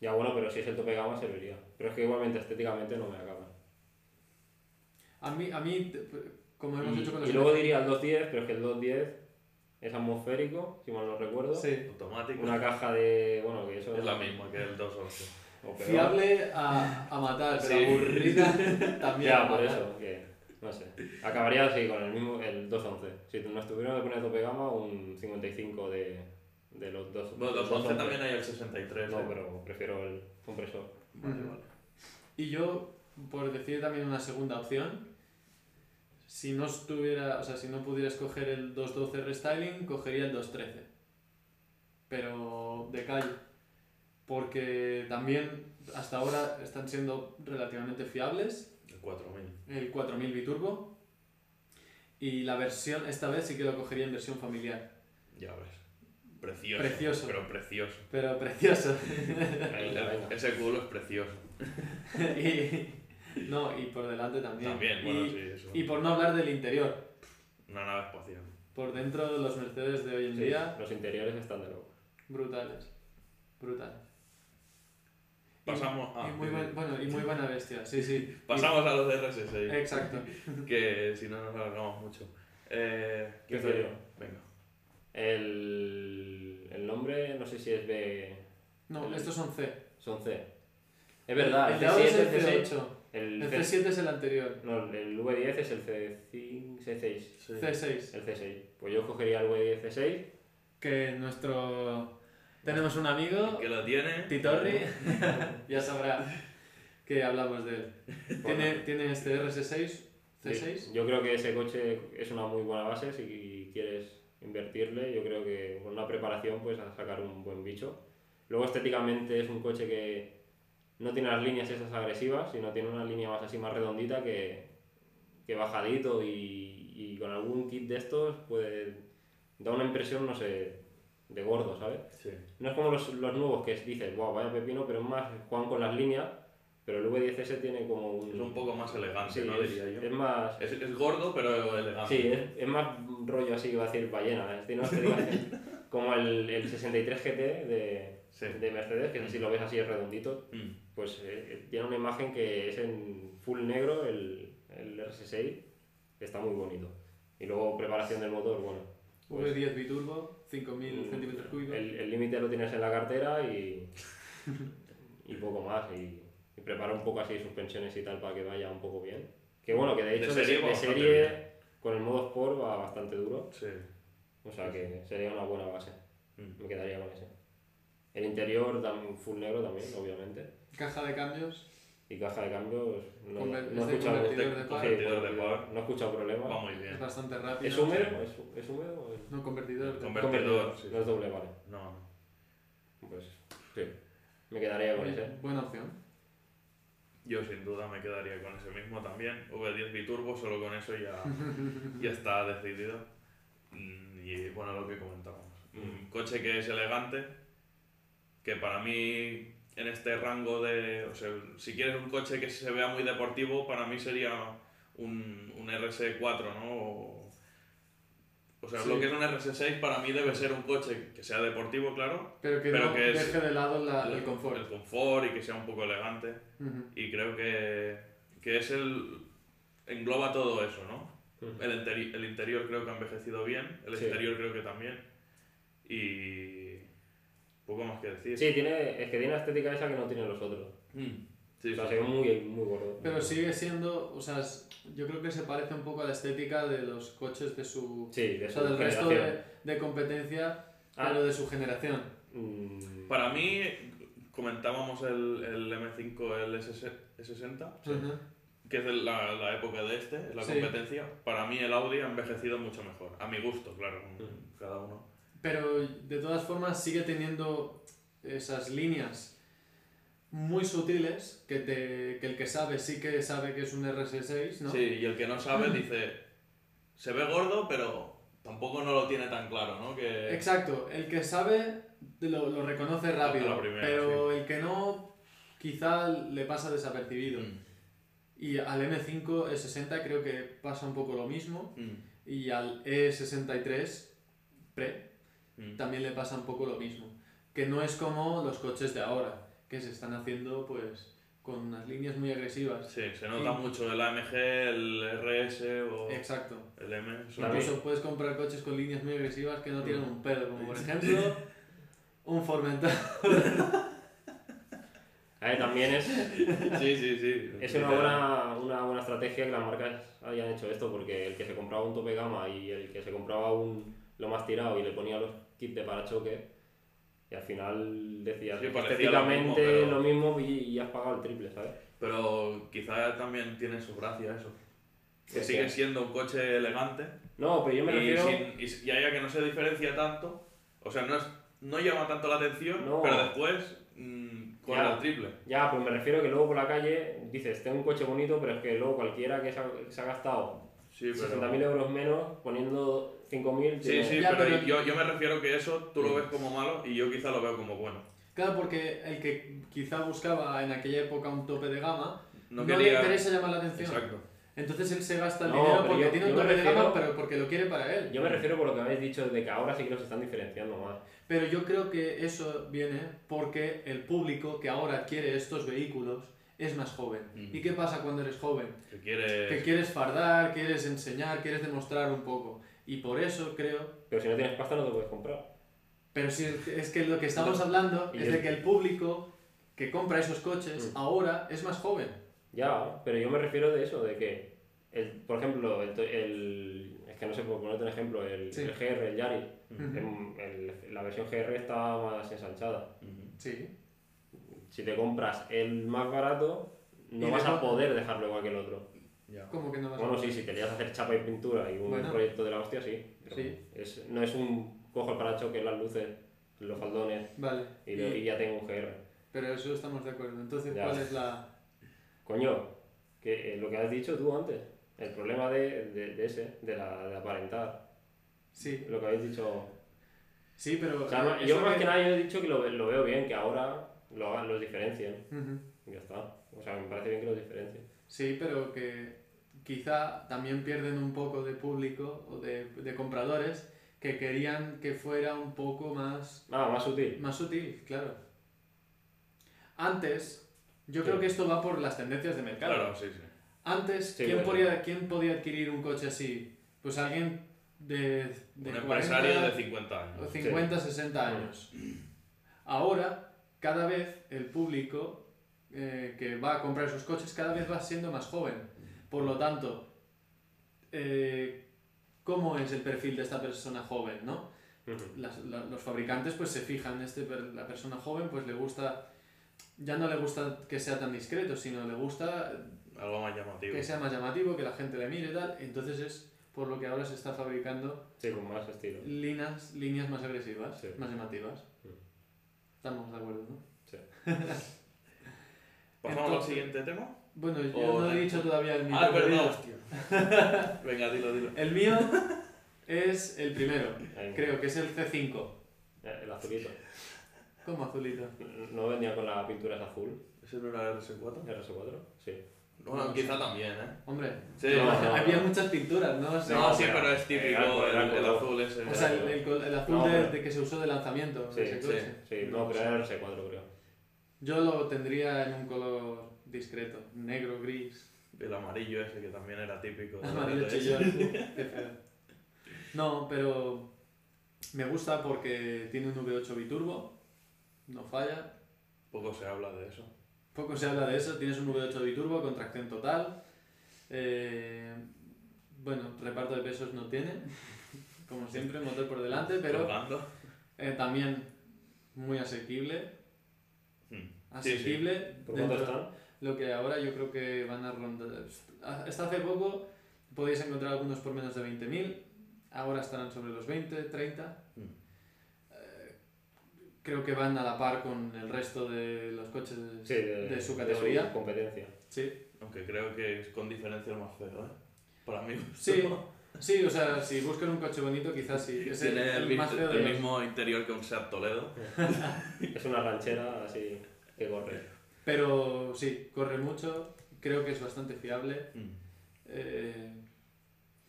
Ya, bueno, pero si es el tope gama serviría. Pero es que igualmente estéticamente no me acaba.
A mí, a mí t- como hemos
Y,
hecho con
y
los...
luego diría el 210, pero es que el 210 es atmosférico, si mal no recuerdo.
Sí.
Automático.
Una caja de. Bueno, que eso
Es la misma que el 211.
o peor.
Fiable a, a matar, pero
Sí.
aburrida también. a
Ya, por
matar.
eso, que. No sé. Acabaría así con el mismo. El 211. Si nos tuvieran que poner tope gama, un 55 de. De los dos.
Bueno,
los
211 también hay el 63.
No,
¿eh?
pero prefiero el compresor.
Vale,
Ujú.
vale.
Y yo, por decir también una segunda opción, si no estuviera, o sea, si no pudiera escoger el 212 restyling, cogería el 213. Pero de calle. Porque también hasta ahora están siendo relativamente fiables.
El 4000.
el 4000 biturbo y la versión esta vez sí que lo cogería en versión familiar
Ya ves. Precioso.
Precioso.
Pero precioso.
pero precioso
Ahí,
El-
venga.
ese culo es precioso.
y, no y por delante también
También,
y,
bueno, sí, eso.
y por no hablar del interior
Una nave espacial.
por dentro los Mercedes de hoy en
Sí,
día
los interiores están de loco.
brutales brutales Y-
Pasamos
y,
a.
muy buen- bueno y muy buena bestia sí sí
Pasamos a los de
Y- Eh.
RS6.
exacto
Que si no nos alargamos mucho. Eh,
¿Qué
quiere?
te digo?
Venga.
El. El nombre, no sé si es B.
no estos son C
Son C. Es verdad,
el
el
de ahora
C7,
es el
el C6.
C8 El
El, C-
C7 es el anterior.
no, el V10 es el C5, C6.
Sí.
C6.
El C6. Pues yo cogería el V10 C6.
Que nuestro... Tenemos un amigo,
Que la tiene.
Titorri, ya sabrá que hablamos de él. Tiene, tiene este RS6, C6.
Yo creo que ese coche es una muy buena base si quieres invertirle. Yo creo que con una preparación pues a sacar un buen bicho. Luego estéticamente es un coche que no tiene las líneas esas agresivas, sino tiene una línea más así más redondita que, que bajadito y, y con algún kit de estos puede da una impresión, no sé, de gordo, ¿sabes?
Sí.
No es como los, los nuevos que dices, wow, vaya pepino, pero es más, juegan con las líneas, pero el V10S tiene como un...
Es un poco más elegante,
Sí,
¿no?
es-
Diría yo.
es más...
Es, es gordo, pero elegante.
Sí, es, es más rollo así, iba a decir ballena, ¿eh? es de no sé, diga, como el, el 63 GT de,
Sí.
de Mercedes, que si lo ves así es redondito,
Mm.
pues eh, eh, tiene una imagen que es en full negro, el, el RS6, está muy bonito. Y luego preparación del motor, bueno. pues,
V10 biturbo, 5000 centímetros cúbicos.
Uh, el el límite lo tienes en la cartera y, y poco más. Y, y prepara un poco así suspensiones y tal para que vaya un poco bien. Que bueno, que de
De
hecho de,
serie
se-
va
de
bastante
serie
bien.
con el modo Sport va bastante duro.
Sí.
O sea que sería una buena base.
Mm.
Me quedaría con ese. El interior también full negro también, obviamente.
Caja de cambios,
Y caja de cambios. No, no
Conver- es
he
de
escuchado-
convertidor de
convertidor de par.
par.
sí,
Convertidor de par.
no he escuchado problemas.
Va muy
Es
bien.
bastante rápido.
¿Es húmedo? ¿Es, es húmedo? o es-
No, convertidor de par.
Convertidor. sí.
No es doble, vale.
No, no.
Pues sí. Me quedaría con ese.
Buena opción.
Yo sin duda me quedaría con ese mismo también. V10 biturbo, solo con eso ya, ya está decidido. Mm, Y bueno, lo que comentábamos.
Mm.
Un coche que es elegante, que para mí en este rango de... O sea, si quieres un coche que se vea muy deportivo, para mí sería un, un RS4, ¿no? O, o sea,
Sí.
lo que es un RS6 para mí debe ser un coche que sea deportivo, claro.
Pero que
Pero
no
que es-
deje de lado la- Ah, el
El
confort.
confort y que sea un poco elegante.
Ujú.
Y creo que, que es el. engloba todo eso, ¿no? El, interi- el interior creo que ha envejecido bien, el
Sí.
exterior creo que también. Y. poco más que decir.
Sí, tiene, es que tiene la estética esa que no tienen los otros.
Mm. Sí,
O sea,
sí.
se ve muy, muy gordo.
Pero sigue siendo, o sea, es- yo creo que se parece un poco a la estética de los coches de su.
Sí, de
O
su
sea, del resto
generación.
de, de competencia,
Ah.
pero de su generación.
Mm,
Para mí, comentábamos el, el M5, el S60,
Ujú.
que es de la, la época de este, es la
Sí.
competencia. Para mí, el Audi ha envejecido mucho mejor. A mi gusto, claro, cada uno.
Pero de todas formas sigue teniendo esas líneas muy sutiles que, te, que el que sabe sí que sabe que es un RS6, ¿no?
Sí, y el que no sabe dice, se ve gordo, pero tampoco no lo tiene tan claro, ¿no? Que...
Exacto, el que sabe lo, lo reconoce
A
rápido,
la primera,
pero el que no quizá le pasa desapercibido.
Mm,
Y al M5 E60 creo que pasa un poco lo mismo
mm,
y al E E63 pre
mm.
también le pasa un poco lo mismo. Que no es como los coches de ahora, que se están haciendo pues con unas líneas muy agresivas.
Sí, se nota
Y-
mucho el AMG, el RS o
Exacto.
el M. son-
También.
Incluso puedes comprar coches con líneas muy agresivas que no tienen
Mm.
un pedo, como por ejemplo un Formentor.
A ver, también es,
Sí, sí, sí.
es una, buena, una buena estrategia que las marcas hayan hecho esto, porque el que se compraba un tope gama y el que se compraba un lo más tirado y le ponía los kits de parachoque, y al final decías
Sí, parecía lo mismo,
estéticamente
pero-
lo mismo, y, y has pagado el triple, ¿sabes?
Pero quizá también tiene su gracia eso. Que
Sí,
sigue
sí.
siendo un coche elegante.
No, pero yo me
Y,
refiero...
sin- y si- y haya que no se diferencia tanto. O sea, no, es- no llama tanto la atención,
No.
pero después mm, con
Ya.
el triple.
Ya, pues me refiero que luego por la calle dices, tengo un coche bonito, pero es que luego cualquiera que se ha, se ha gastado
Sí, pero...
60.000 euros menos poniendo 5.000...
Sí,
tiene-
sí,
Ya,
pero,
pero-
Yo, yo me refiero que eso tú lo ves como malo y yo quizá lo veo como bueno.
Claro, porque el que quizá buscaba en aquella época un tope de gama,
No
no, le
quería-
interesa llamar la atención.
Exacto.
Entonces él se gasta el
No,
dinero
pero
porque
yo-
tiene un
yo me
tope de gama,
refiero-
pero porque lo quiere para él.
Yo me refiero por lo que habéis dicho de que ahora sí que los están diferenciando más.
Pero yo creo que eso viene porque el público que ahora adquiere estos vehículos es más joven.
Mm.
¿Y qué pasa cuando eres joven?
Que quieres...
Que quieres fardar, quieres enseñar, quieres demostrar un poco. Y por eso creo...
Pero si no tienes pasta no te puedes comprar.
Pero si es- es que lo que estamos hablando
Y Mm.
es
es-
de que el público que compra esos coches ahora es más joven.
Ya, pero yo me refiero de eso, de que, el, por ejemplo, el, to- el- es que no sé por ponerte un ejemplo, el,
Sí.
el GR, el Yaris,
Ujú.
em, el- la versión GR está más ensanchada.
Ujú.
Sí.
Si te compras el más barato, no
Y
vas
le
a
co-
poder dejarlo igual que el otro.
Ya.
¿Cómo que no vas a-
Bueno, sí, si te querías hacer chapa y pintura y un
Bueno.
proyecto de la hostia, sí. Pero
Sí.
es- no es un cojo el parachoques, las luces, los faldones
Vale.
y, lo- y ya tengo un GR.
Pero eso estamos de acuerdo. Entonces,
Ya.
¿cuál es la...?
Coño, que eh, lo que has dicho tú antes, el problema de, de, de ese, de, la, de aparentar,
Sí.
lo que habéis dicho.
Sí, pero...
O sea, no,
eh,
yo
eso
más
que-
que nada yo he dicho que lo, lo veo bien, que ahora lo hagan, los diferencien.
Ujú.
Ya está. O sea, me parece bien que los diferencien.
Sí, pero que quizá también pierden un poco de público o de, de compradores que querían que fuera un poco más,
Nada, más sutil.
más sutil, claro. Antes, yo
Sí.
creo que esto va por las tendencias de mercado.
Claro, sí, sí.
Antes,
Sí,
¿quién,
bueno.
podía, ¿quién podía adquirir un coche así? Pues alguien de, de 40
un empresario de 50
o
años.
50, 60 años. Ahora, cada vez el público eh, que va a comprar sus coches cada vez va siendo más joven. Por lo tanto, eh, ¿cómo es el perfil de esta persona joven? ¿no?
Ujú.
las- la- los fabricantes pues se fijan, este, per- la persona joven pues le gusta, ya no le gusta que sea tan discreto, sino le gusta
Algo más llamativo.
que sea más llamativo, que la gente le mire y tal, entonces es por lo que ahora se está fabricando
Sí, con más estilo.
líneas, líneas más agresivas,
Sí. Mm.
más llamativas.
Sí.
Estamos de acuerdo, ¿no?
Sí.
¿Pasamos
Entonces-
al siguiente tema?
Bueno, yo
O
no he
también-
dicho todavía el mío.
Ah, perdón.
preferido.
Venga, dilo, dilo.
El mío es el primero,
Ahí.
creo que es el C5.
Eh, El azulito.
¿Cómo azulito?
¿No venía con la pintura es azul?
¿Ese no era el RS4?
¿RS4? Sí.
Bueno,
No,
quizá
sí.
también, ¿eh?
Hombre,
Sí.
No, no.
había muchas pinturas, ¿no?
No,
No,
sí,
pero-
pero es típico
Era color,
el,
era
el
color.
azul ese.
O sea, el, el col- el azul
No,
de,
pero-
de que se usó de lanzamiento.
Sí,
ese
sí.
coche.
Sí, no, pero era RS4 creo.
Yo lo tendría en un color discreto, negro, gris,
El amarillo ese que también era típico. del
amarillo
RS.
chillón. Qué feo. No, pero me gusta porque tiene un V8 biturbo, no falla.
Poco se habla de eso.
Poco se habla de eso, tienes un V8 biturbo con tracción total. eh, bueno, reparto de pesos no tiene, como siempre, motor por delante, pero
Colgando.
eh, también muy asequible.
Hmm. Sí, sí.
Asequible.
¿Por
dentro-
cuánto están?
lo que ahora yo creo que van a rondar. ah, Hasta hace poco podéis encontrar algunos por menos de 20.000, ahora estarán sobre los 20, 30.
Mm.
Eh, Creo que van a la par con el resto de los coches
Sí,
de, su categoría.
competencia.
Sí.
Aunque creo que es con diferencia el más feo, ¿eh? Para mí.
Sí, sí, o sea, si buscan un coche bonito, quizás sí. Es el,
Tiene el,
el
mi-
más feo
el
de los.
mismo interior que un Seat Toledo.
Es una ranchera así que corre.
Pero sí, corre mucho, creo que es bastante fiable. Eh,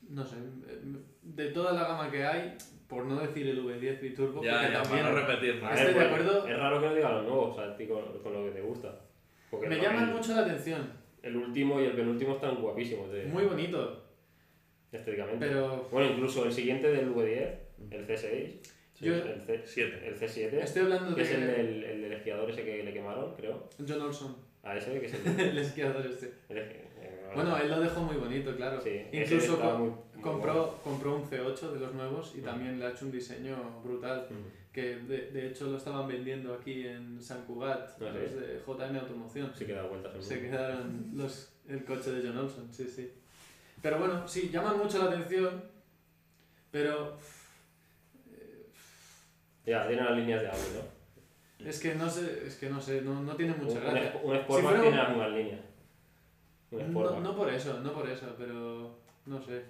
no sé, mm, de toda la gama que hay, por no decir el V10 Biturbo, porque
Ya, ya, para
también este
no repetir
A
más.
Ah, Estoy ver, de acuerdo.
pues, Es raro que no digan los nuevos, o sea, a ti con, con lo que te gusta. Porque
me
el-
llaman
el,
mucho la atención.
El último y el penúltimo están guapísimos, de-
Muy bonito,
estéticamente.
pero
Bueno, incluso el siguiente del V10, el C6,
Yo- este
el, C,
7.
el C7,
estoy hablando
que es el
de
del, el del esquiador ese que le quemaron, creo.
John Olson,
A ese, que es el.
el esquiador este.
el esqui- eh,
Bueno, él lo dejó muy bonito, claro.
sí, ese
Incluso
está
co-
muy- muy
compró, compró un C8 de los nuevos y
Mm.
también le ha hecho un diseño brutal.
guapo.
Que de, de hecho lo estaban vendiendo aquí en San Cugat,
Ah, sí.
los de JM Automoción.
Sí que da vueltas el
Se
mundo.
quedaron los, el coche de John Olson, sí, sí. Pero bueno, sí, llaman mucho la atención, pero
Ya, tiene las líneas de agua, ¿no?
es que no sé, es que no sé, no, no tiene mucha
Un, un,
gracia.
es- un Sportback
fuera un-
tiene las mismas líneas. Un
No,
Sportback.
no por eso, no por eso, pero no sé.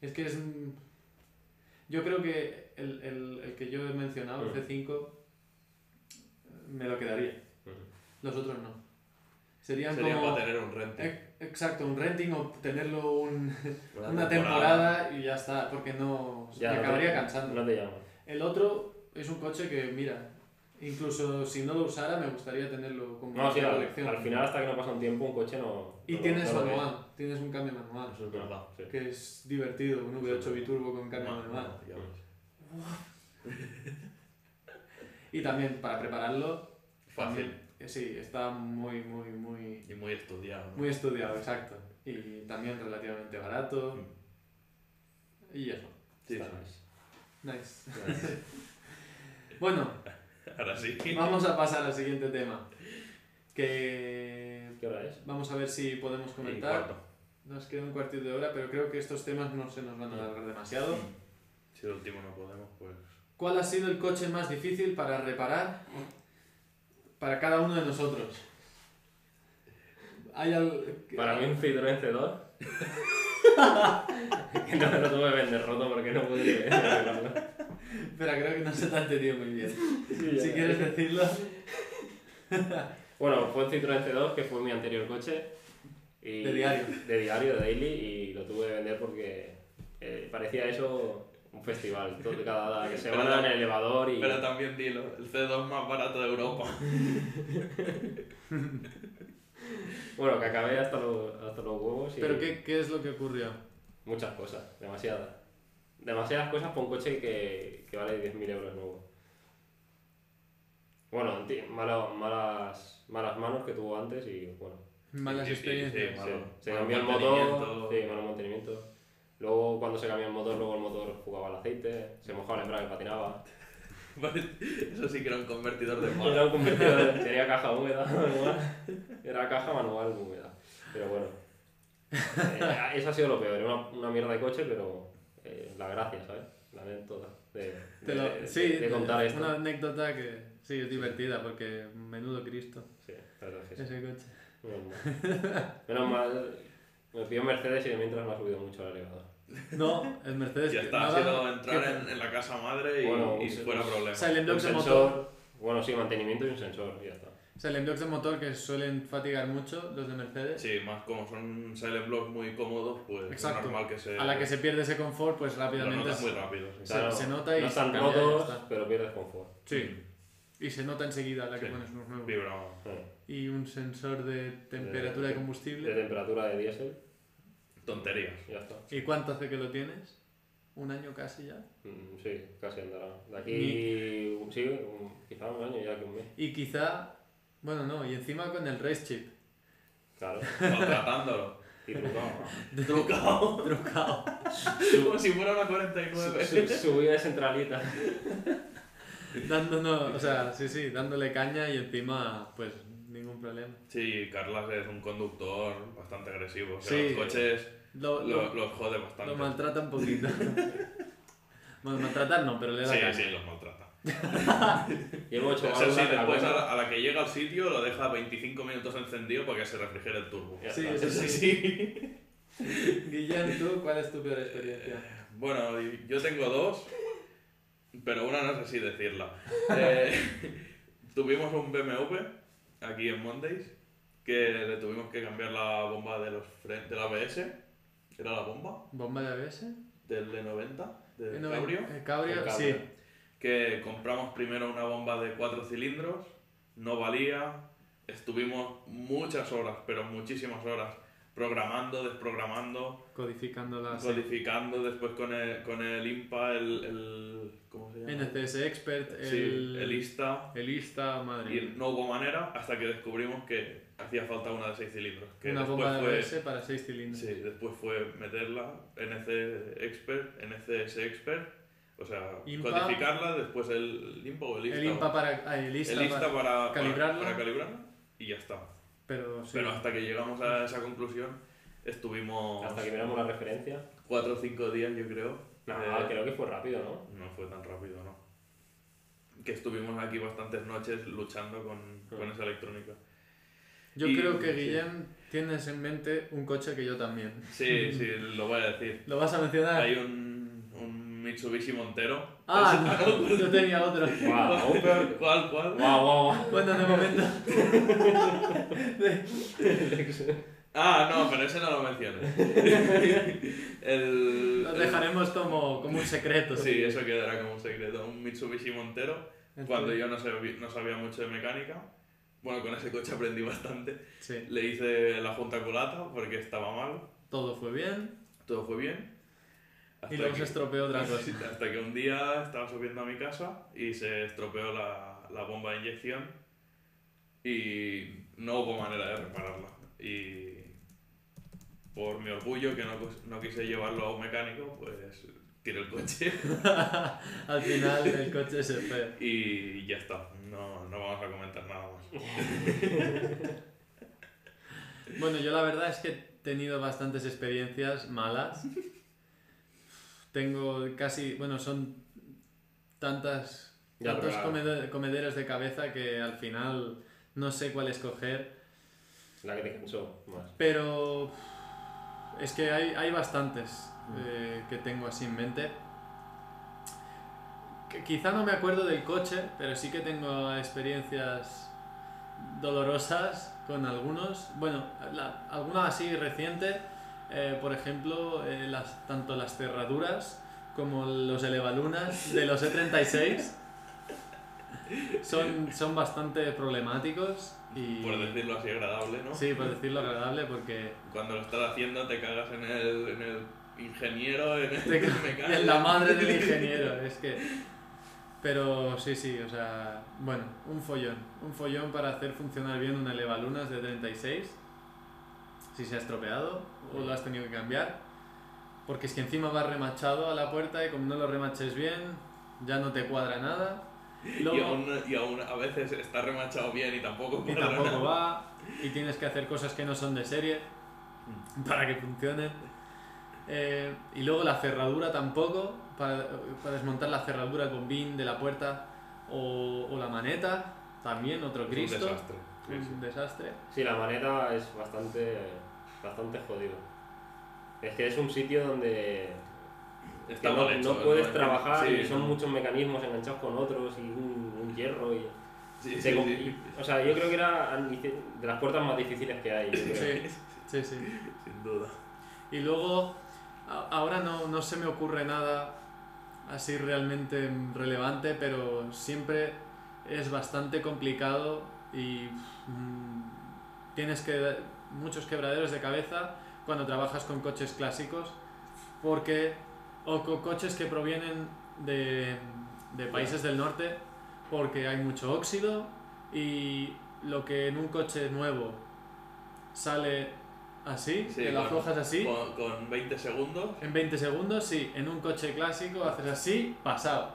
Es que es... un- Yo creo que el, el- el que yo he mencionado, el
Mm.
C5, me lo quedaría.
Ujú.
Los otros no. Serían
Sería
como...
para tener un rente.
ex- Exacto, un renting o tenerlo un...
Una,
Una temporada y ya está, porque no
Ya,
me
no te-
acabaría cansando.
No te llaman.
El otro es un coche que, mira, incluso si no lo usara me gustaría tenerlo como
No, sí,
una
al,
colección.
al final hasta que no pasa un tiempo un coche no...
y
no-
tienes
no lo ves.
manual, tienes un cambio manual,
Eso es verdad.
Sí.
que es divertido, un V8 biturbo con cambio
Bueno,
manual.
ya ves.
Y también para prepararlo,
Fácil.
eh, sí, está muy, muy, muy,
Y muy estudiado. ¿no?
muy estudiado, exacto. Y también relativamente barato.
Mm.
Y eso.
Sí,
Está
sí.
Nice.
nice.
Bueno,
Ahora sí.
vamos a pasar al siguiente tema. Que
¿Qué hora es?
vamos a ver si podemos
Y
comentar.
cuarto.
Nos queda un cuartito de hora, pero creo que estos temas no se nos van a alargar demasiado.
Si el último no podemos, pues.
¿Cuál ha sido el coche más difícil para reparar para cada uno de nosotros? ¿Hay al-
Para mí un Citroën C2. que no me lo tuve que vender roto porque no pude venderlo.
Espera, creo que no se te ha entendido muy bien. Si quieres decirlo.
Bueno, fue un Citroën C2 que fue mi anterior coche. Y
De diario.
De diario, de daily, y lo tuve que vender porque eh, parecía eso un festival. Todo, cada que se
Pero-
van en el elevador y...
Pero también dilo, el C2 más barato de Europa.
Bueno, que acabé hasta, los- hasta los huevos y...
¿Pero qué, qué es lo que ocurrió?
Muchas cosas, demasiadas. Demasiadas cosas por un coche que, que vale 10.000 euros nuevo. Bueno, anti- mala- malas, malas manos que tuvo antes y bueno.
Malas
Sí, sí, sí,
experiencias.
sí.
se-
Malo-
se
mal
cambió el
mantenimiento.
motor, sí, mal mantenimiento. Luego cuando se cambió el motor, luego el motor jugaba al aceite, se mojaba el embrague, patinaba.
Vale, Eso sí que era un convertidor de
Era
moda.
un convertidor, tenía caja húmeda manual. Era caja manual húmeda. Pero bueno. Eh, eso ha sido lo peor. Era una, una mierda de coche, pero eh, la gracia, ¿sabes? La anécdota de,
Te
de,
lo-
de-
sí, eh,
de contar esto.
una anécdota que sí es divertida porque menudo Cristo
Sí, la verdad es que sí.
ese coche.
Menos mal. Menos mal, Me pidió Mercedes y de mientras me ha subido mucho al elevador.
No, el Mercedes.
Ya
que-
está, ha
nada,
sido entrar
que-
en, en la casa madre y,
Bueno,
y
sí.
fuera problema.
Silent
Un
Blocks de motor.
sensor. Bueno, sí, mantenimiento y un sensor, y ya está.
Silent Blocks de motor que suelen fatigar mucho los de Mercedes.
Sí, más como son silent blocks muy cómodos, pues
Exacto.
es normal que se,
A la que se pierde ese confort, pues
lo
rápidamente
notas
se-
muy rápido. sí.
Se- se nota y
no están
se cambia y ya
rotos,
está.
pero pierdes confort.
Sí. Y se nota enseguida la que
Sí. Eh,
pones unos nuevos.
Vibra.
Sí.
Y un sensor de temperatura de
De
combustible.
temperatura de diésel,
Tonterías.
y ya está.
¿Y cuánto hace que lo tienes? ¿Un año casi ya?
Mm, Sí, casi andará. De aquí, un- sí, un- quizá un año ya que un mes.
Y quizá... Bueno, no, y encima con el race chip.
Claro.
Maltratándolo.
Y trucado.
Trucado.
Trucado.
como si fuera una 49.
Su- Subida de centralita.
Dándonos, o sea, sí, sí, dándole caña y encima, pues, ningún problema.
Sí, Carlas es un conductor bastante agresivo. O sea,
Sí.
los coches
Lo,
lo-
lo,
los jode
lo
bastante.
maltrata un poquito. bueno, maltratar no, pero le da
sí,
caña.
sí, los maltrata.
Llevo ocho
Eso sí,
válvulas de la
después a
cuenta.
la, a la que llega al sitio lo deja 25 minutos encendido para que se refrigere el turbo.
Ya
Sí,
está.
eso
Sí, sí.
Guillén, ¿tú cuál es tu peor
Eh,
experiencia?
Bueno, y- yo tengo dos, pero una no sé si decirla. Eh, tuvimos un BMW aquí en Mondays que le tuvimos que cambiar la bomba de los fre- del ABS. Era la bomba
¿Bomba de ABS?
del E E90, del
No,
Cabrio.
El eh, cabrio,
El
sí.
cabrio.
que compramos primero una bomba de cuatro cilindros, no valía, estuvimos muchas horas, pero muchísimas horas, programando, desprogramando,
Codificando las
codificando, después con el, con el IMPA, el, el- ¿cómo se llama?
NCS Expert,
Sí,
este, el,
el ISTA,
el ISTA, madre
y
mía.
no hubo manera hasta que descubrimos que hacía falta una de seis cilindros, que
Una
después
bomba de
fue...
ABS para 6 cilindros.
Sí, después fue meterla, NC Expert, NCS Expert, o sea,
Impa.
codificarla, después el IMPA o el ISTA.
el IMPA para... ah, el ISTA
el lista
para-
para, para
calibrarla.
para calibrarla y ya está.
Pero, sí.
Pero hasta que llegamos a esa conclusión, estuvimos
Hasta que miramos la referencia.
4 o 5 días, yo creo.
No,
Eh,
creo que fue rápido, ¿no?
No fue tan rápido, ¿no? Que estuvimos aquí bastantes noches luchando con,
Claro.
con esa electrónica.
Yo
y-
creo que
sí.
Guillem tienes en mente un coche que yo también.
Sí, sí, lo voy a decir.
¿Lo vas a mencionar?
Hay un, un Mitsubishi Montero.
Ah, no, yo tenía otro.
Ah,
Guau, aún peor.
¿Cuál, cuál?
Guau, guau, guau.
Bueno, de momento.
Ah, no, pero ese no lo mencioné. el,
Lo
el-
dejaremos como, como un secreto.
Sí, eso quedará como un secreto. Un Mitsubishi Montero, cuando yo no sabía, no sabía mucho de mecánica, bueno, con ese coche aprendí bastante.
Sí,
Le hice la junta culata porque estaba mal,
todo fue bien
todo fue bien.
y luego se estropeó otra cosa.
hasta que un día estaba subiendo a mi casa y se estropeó la, la bomba de inyección y no hubo manera de repararla. Y por mi orgullo que no, cos- no quise llevarlo a un mecánico, pues tiré el coche
Al final el coche se fue.
y ya está. No, no vamos a comentar nada más.
Bueno, yo la verdad es que he tenido bastantes experiencias malas. Tengo casi, bueno, son tantas,
Ya,
tantos
pero-
comede- comederos de cabeza que al final no sé cuál escoger.
La que te cansó más.
Pero es que hay, hay bastantes
Mm.
eh, que tengo así en mente. Que quizá no me acuerdo del coche, pero sí que tengo experiencias dolorosas con algunos. Bueno, la- alguna así reciente, eh, por ejemplo, eh, las, tanto las cerraduras como los elevalunas de los E E36 son, son bastante problemáticos. Y...
Por decirlo así agradable, ¿no?
Sí, por decirlo agradable, porque
Cuando lo estás haciendo te cagas en el, en el ingeniero, en el
Te ca-
mecánico.
es la madre del ingeniero, es que... Pero sí, sí, o sea, bueno, un follón, un follón para hacer funcionar bien un elevalunas de 36, si se ha estropeado o lo has tenido que cambiar, porque es que encima va remachado a la puerta y como no lo remaches bien, ya no te cuadra nada.
Y
Luego-
aún, y aún a veces está remachado bien y tampoco
y
cuadra
tampoco
nada.
va, y tienes que hacer cosas que no son de serie
Mm.
para que funcionen. Eh, y luego la cerradura tampoco, para, para desmontar la cerradura con BIN de la puerta o, o la maneta, también otro
Es
Cristo.
un desastre. Sí, sí.
Un desastre.
Sí, la maneta es bastante, bastante jodido. Es que es un sitio donde que
Está
no,
mal hecho,
no puedes
¿no?
trabajar
Sí,
y son
no.
muchos mecanismos enganchados con otros y un, un hierro y...
Sí, sí,
se com-
sí.
O sea, yo creo que era de las puertas más difíciles que hay. yo creo.
Sí, sí, sí.
Sin duda.
Y luego, a- ahora no, no se me ocurre nada así realmente relevante, pero siempre es bastante complicado y mm, tienes que muchos quebraderos de cabeza cuando trabajas con coches clásicos porque o con coches que provienen de, de países del norte porque hay mucho óxido y lo que en un coche nuevo sale así,
Sí,
que lo
con-
aflojas así,
Con, con 20 segundos.
en 20 segundos, sí. En un coche clásico haces así, pasado.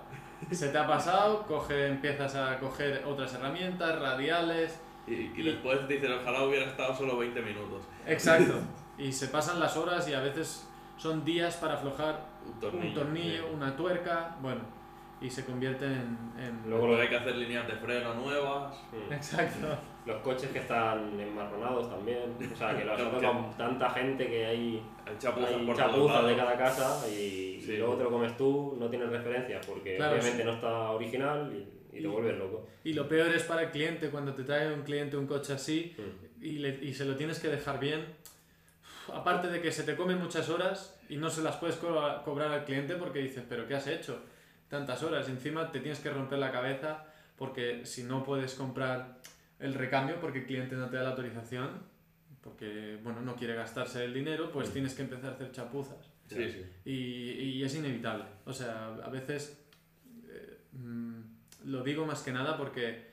Se te ha pasado, coge, empiezas a coger otras herramientas, radiales.
Y, y después dicen, ojalá hubiera estado solo 20 minutos.
Exacto. Y se pasan las horas y a veces son días para aflojar
Un tornillo.
un tornillo,
sí.
una tuerca, bueno. Y se convierte en... en-
Luego
Luego lo-
hay que hacer líneas de freno nuevas.
Mm.
Exacto.
Los coches que están enmarronados también. O sea, que lo
Claro,
hacen con tanta gente que hay,
Hay chapuzas
hay
por todos
chapuzas
lados.
de cada casa y, y
Sí.
luego te lo comes tú, no tienes referencias porque
Claro,
obviamente
sí.
no está original y, y
Y-
te vuelves loco.
Y lo peor es para el cliente, cuando te trae un cliente un coche así y, le- y se lo tienes que dejar bien. Uf, Aparte de que se te comen muchas horas y no se las puedes co- cobrar al cliente porque dices, pero ¿qué has hecho? Tantas horas. Encima te tienes que romper la cabeza porque si no puedes comprar el recambio porque el cliente no te da la autorización, porque bueno, no quiere gastarse el dinero, pues tienes que empezar a hacer chapuzas.
Sí, sí.
Y, y es inevitable. O sea, a veces eh, mm, lo digo más que nada porque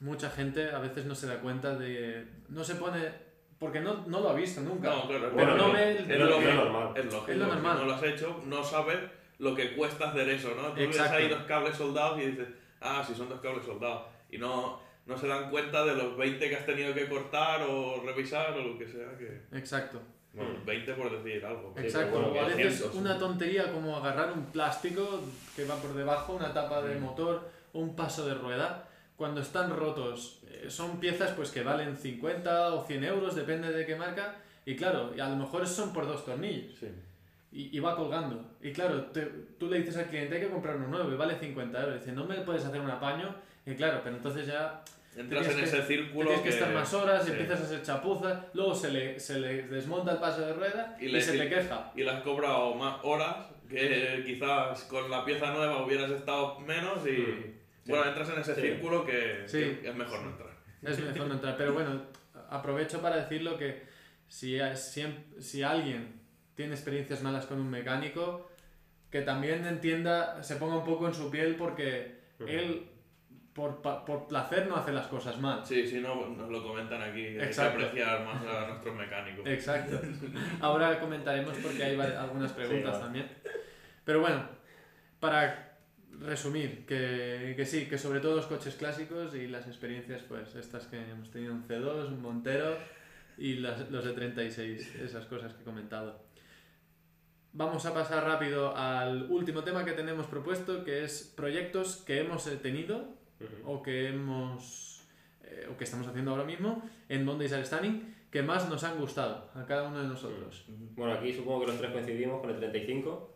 mucha gente a veces no se da cuenta de... No se pone... Porque no, no lo ha visto nunca.
No, claro,
Pero
claro.
no ve el-
es,
es
lo
lo
que-
normal.
Es lógico.
Es lo normal.
Si no lo has hecho, no sabes lo que cuesta hacer eso, ¿no? Tú ves
Exacto.
ahí dos cables soldados y dices, ah, sí, son dos cables soldados. Y no, no se dan cuenta de los 20 que has tenido que cortar o revisar o lo que sea. que
Exacto.
Bueno, 20 por decir algo.
pero
Exacto.
bueno,
O a veces
cientos.
una tontería como agarrar un plástico que va por debajo, una tapa de
Mm.
motor o un paso de rueda, cuando están rotos, eh, son piezas pues que valen 50 o 100 euros, depende de qué marca. Y claro, y a lo mejor son por dos tornillos.
Sí.
y, y va colgando. Y claro, te- tú le dices al cliente hay que comprar uno nuevo y vale 50 euros. Dice, no me puedes hacer un apaño. Y claro, pero entonces ya
Entras
Tienes
en
que-
ese
te
círculo
tienes que estar más horas,
sí.
empiezas a hacer chapuzas, luego se le, se le desmonta el paso de rueda
Y
y,
le-
se te queja.
y las has cobrado más horas que quizás con la pieza nueva hubieras estado menos y...
Mm. Sí.
Bueno, entras en ese
Sí.
círculo que,
Hmm. Sí.
que es mejor no entrar.
Es mejor no entrar. Pero bueno, aprovecho para decirlo que si, si, si alguien tiene experiencias malas con un mecánico, que también entienda, se ponga un poco en su piel porque él por, pa- por placer no hace las cosas mal.
Sí, sí, no, nos lo comentan aquí. Hay que
Exacto. Eh,
apreciar más a nuestros mecánicos.
Exacto. Ahora comentaremos porque hay va- algunas preguntas
Sí, va.
también. Pero bueno, para resumir, que, que sí, que sobre todo los coches clásicos y las experiencias, pues estas que hemos tenido en C2, un Montero y las- los de 36, esas cosas que he comentado. Vamos a pasar rápido al último tema que tenemos propuesto, que es proyectos que hemos eh, tenido
Ujú.
o que hemos eh, o que estamos haciendo ahora mismo en Mondays Are Stunning que más nos han gustado a cada uno de nosotros.
Ujú.
Bueno, aquí supongo que los tres coincidimos con el 35,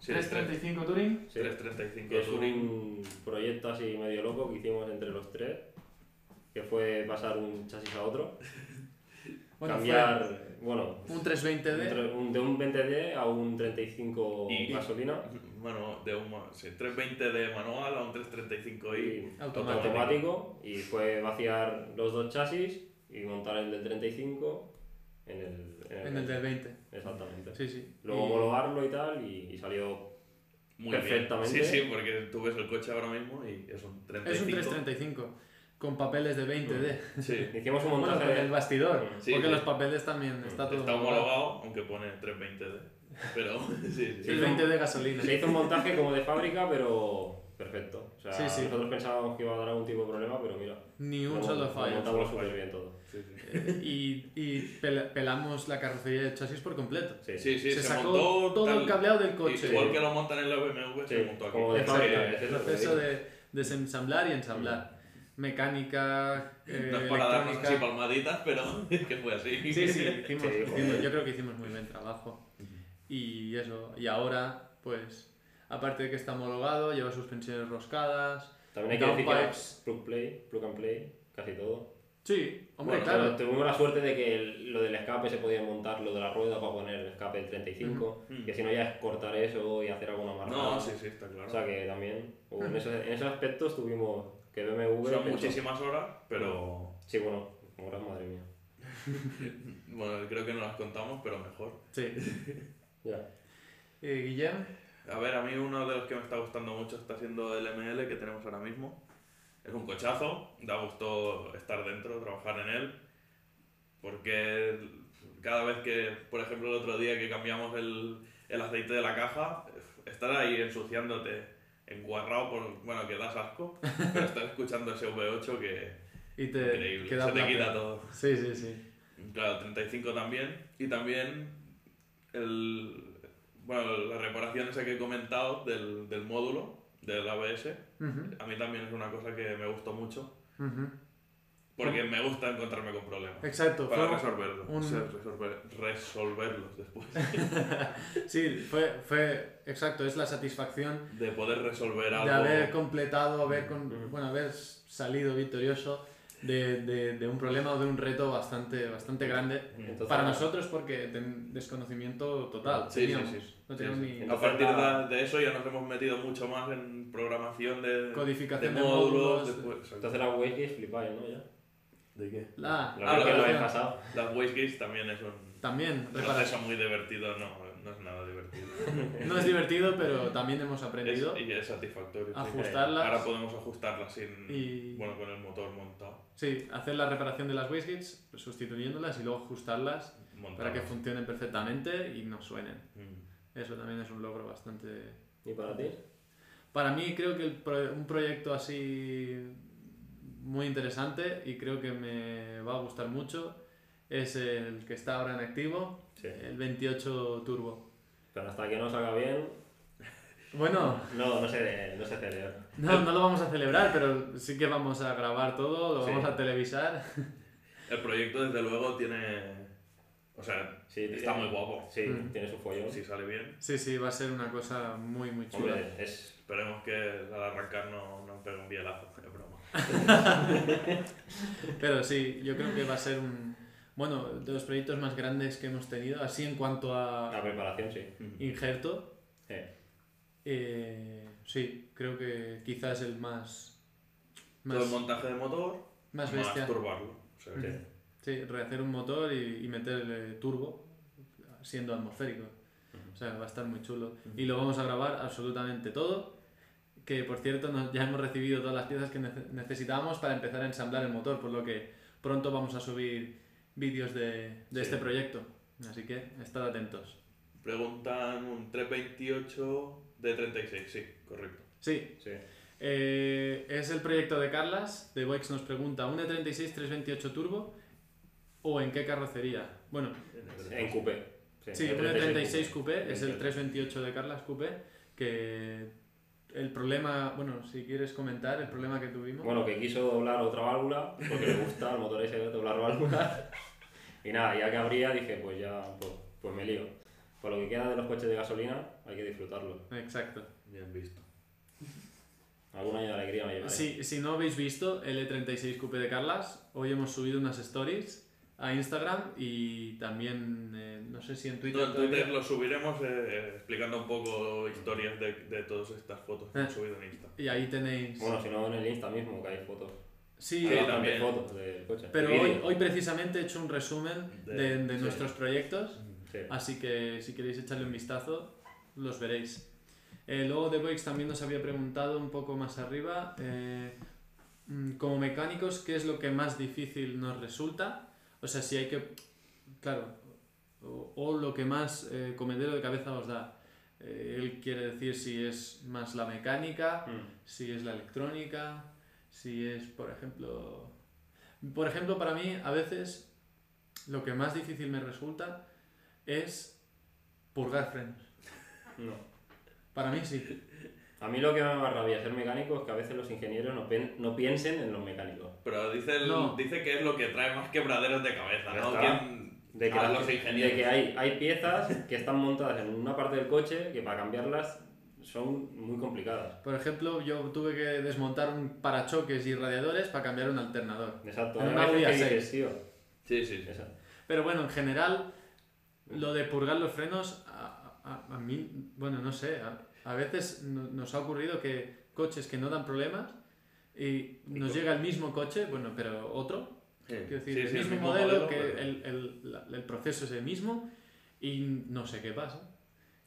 Sí, tres-
335 Touring.
sí,
335
que es
Touring.
un proyecto así medio loco que hicimos entre los tres, que fue pasar un chasis a otro,
Bueno,
cambiar, bueno,
fue un 320D.
entre un- de un 20D a un 35
Y-
gasolina
Bueno, de un ma- sí, 320 de manual a un 335i.
y
Automático.
automático, y fue vaciar los dos chasis y montar el del 35 en el,
En el del 20.
Exactamente.
Sí, sí.
Luego
Y-
homologarlo y tal, y, y salió.
Muy bien.
Perfectamente.
Sí, sí, porque tú ves el coche ahora mismo y es un 35.
es un 335 con papeles de 20D.
Sí.
Hicimos un
Bueno,
montaje
con el
de.
bastidor.
Mm. Sí,
porque
sí. Mm.
los papeles también está todo.
Está homologado, aunque pone 320D. Pero sí, sí.
El 20D gasolina.
Se hizo un montaje como de fábrica, pero perfecto. O sea,
Sí, sí.
nosotros pensábamos que iba a dar algún tipo de problema, pero mira.
Ni un
lo-
solo
lo
fallo.
Montamos
Solo fallo.
súper bien todo.
Sí, sí.
Eh, Y, y pel- pelamos la carrocería del chasis por completo.
Sí,
Sí, sí,
se,
se
sacó
montó
todo el
tal-
cableado del coche.
Igual que lo montan en la BMW, se
Sí,
montó aquí.
como de
Sí,
fábrica,
sí.
es
El
lo que
proceso
digo.
de desensamblar y ensamblar. Mecánica, eh,
No es para darnos así
electrónica.
palmaditas, pero es que fue así.
Sí, sí, hicimos,
Sí,
hicimos-
joder.
yo creo que hicimos muy bien trabajo. Y eso, y ahora, pues, aparte de que está homologado, lleva suspensiones roscadas.
También hay que decir que era
downpipes.
plug play, plug and play, casi todo.
Sí, hombre,
Bueno,
claro.
Pero tuvimos la suerte de que el- lo del escape se podía montar, lo de la rueda para poner el escape del 35,
Ujú.
que si no ya es cortar eso y hacer alguna marca.
Mm. No, sí, sí, está claro.
O sea que también, o en, esos, en esos aspectos tuvimos que BMW.
Son
pensó-
muchísimas horas, pero
Sí, bueno, ahora madre mía.
bueno, creo que no las contamos, pero mejor.
Sí.
Ya.
Eh, Guillem,
A ver, a mí uno de los que me está gustando mucho está siendo el ML que tenemos ahora mismo. Es un cochazo, da gusto estar dentro, trabajar en él, porque cada vez que, por ejemplo, el otro día que cambiamos el, el aceite de la caja, estar ahí ensuciándote, enguarrado, por, bueno, que das asco, pero estar escuchando ese V8 que
y te
increíble,
queda
se te
placer.
quita todo.
Sí, sí, sí.
Claro, 35 también. Y también el, bueno, la reparación esa que he comentado del, del módulo, del ABS,
Ujú,
a mí también es una cosa que me gustó mucho,
ujú.
porque me gusta encontrarme con problemas.
Exacto.
Para
fue-
resolverlos,
un-
o sea, resolver- resolverlos después.
sí, fue, fue, exacto, es la satisfacción
De poder resolver
de
algo.
haber completado, haber, con-
Ujú.
bueno, haber salido victorioso de, de- de un problema o de un reto bastante, bastante
Mm.
grande
Entonces,
para nosotros porque ten- desconocimiento total.
Sí, sí,
teníamos.
sí.
No teníamos
Sí,
ni
A partir de, de eso ya nos hemos metido mucho más en programación de,
codificación
de
de
módulos.
módulos.
después-
Entonces la Waze es flipada, ¿no? Ya.
¿De qué?
Ah,
Ah,
La verdad
la
que lo habéis
reparación.
pasado.
Las Wastegates también es un,
También,
Un
reparación.
proceso muy divertido, no, no es nada divertido.
No es divertido, pero también hemos
es,
aprendido.
y es satisfactorio. sí.
Ajustarlas.
Ahora podemos ajustarlas sin,
Y-
bueno, con el motor montado.
Sí, hacer la reparación de las wastegates, sustituyéndolas y luego ajustarlas para
montado.
que funcionen perfectamente y no suenen.
Mm.
Eso también es un logro bastante,
¿Y para ti?
Para mí creo que el pro- un proyecto así muy interesante y creo que me va a gustar mucho es el que está ahora en activo,
Sí.
Eh.
el 28 Turbo.
Pero hasta que no salga bien,
Bueno,
no, no se, no se celebra.
no, no lo vamos a celebrar, pero sí que vamos a grabar todo, lo
Sí.
vamos a televisar.
El proyecto, desde luego, tiene. O sea,
Sí,
está
tiene-
muy guapo.
Sí,
Mm.
tiene su follón.
Si sale bien,
Sí, sí, va a ser una cosa muy, muy chula.
Hombre, es,
esperemos que al arrancar no, no pegue un bielazo, es broma.
Pero sí, yo creo que va a ser un... Bueno, de los proyectos más grandes que hemos tenido, así en cuanto
la
a
preparación, sí.
injerto,
Eh,
Eh, sí, creo que quizás el más.
Todo
Más,
el montaje de motor,
más
más,
bestia.
turbarlo. O sea,
sí.
que-
Sí, rehacer un motor y, y meterle turbo, siendo atmosférico. O sea, va a estar muy chulo. Y lo vamos a grabar absolutamente todo. que por cierto nos- ya hemos recibido todas las piezas que nece- necesitábamos para empezar a ensamblar el motor, por lo que pronto vamos a subir vídeos de, de
Sí.
este proyecto. Así que estad atentos.
Preguntan un 328 de 36, sí, correcto.
Sí,
Sí.
Eh, es el proyecto de Carlas, de Boix nos pregunta, ¿una 36 328 turbo o en qué carrocería? Bueno,
En coupé.
sí,
el
una 36 coupé, es el
38.
328 de Carlas coupé, que el problema, bueno, si quieres comentar el problema que tuvimos.
Bueno, que quiso doblar otra válvula, porque le gusta al motor ese doblar válvulas. Y nada, ya que abría dije, pues ya, pues, pues me lío. Por lo que queda de los coches de gasolina, hay que disfrutarlo.
Exacto.
Bien visto.
Algún año de alegría me llevaré.
Si, si no habéis visto el E E36 Coupé de Carlas, hoy hemos subido unas stories a Instagram y también, eh, no sé si en Twitter...
No, en
todavía-
Twitter lo subiremos eh, explicando un poco historias de, de todas estas fotos que
Eh.
hemos subido en Insta.
Y ahí tenéis...
Bueno, si no, en el Insta mismo, que hay fotos.
sí,
hay
Sí,
bastantes
también.
fotos del coche.
Pero
Vídeo.
hoy, hoy precisamente he hecho un resumen de,
De-
de
sí.
nuestros proyectos,
Sí.
así que si queréis echarle un vistazo, los veréis. Eh, luego de Boix también nos había preguntado un poco más arriba, eh, mm, como mecánicos, ¿qué es lo que más difícil nos resulta? O sea, si hay que, claro, o, o lo que más eh, comedero de cabeza os da. Eh, él quiere decir si es más la mecánica,
Mm.
si es la electrónica, si es, por ejemplo... Por ejemplo, para mí a veces lo que más difícil me resulta es purgar frenos.
No.
Para mí sí.
A mí lo que me da más rabia ser mecánico es que a veces los ingenieros no, pen- no piensen en los mecánicos.
Pero dice, el-
No.
dice que es lo que trae más quebraderos de cabeza,
Ya
¿no?
está.
¿Quién-
De que,
a
las-
los
Ah, de
ingenieros.
que hay, hay piezas que están montadas en una parte del coche que para cambiarlas son muy complicadas.
Por ejemplo, yo tuve que desmontar un parachoques y radiadores para cambiar un alternador.
Exacto.
En
hay
una Audi
veces que
A6.
dices, tío,
Sí, sí, sí.
esa-
Pero bueno, en general, lo de purgar los frenos, a, a- a mí, bueno, no sé, a, a veces no- nos ha ocurrido que coches que no dan problemas y nos
co-
llega el mismo coche, bueno, pero otro,
Sí,
Quiero decir,
sí,
el
sí,
mismo modelo, que
pero
el, el- la- el proceso es el mismo y no sé qué pasa.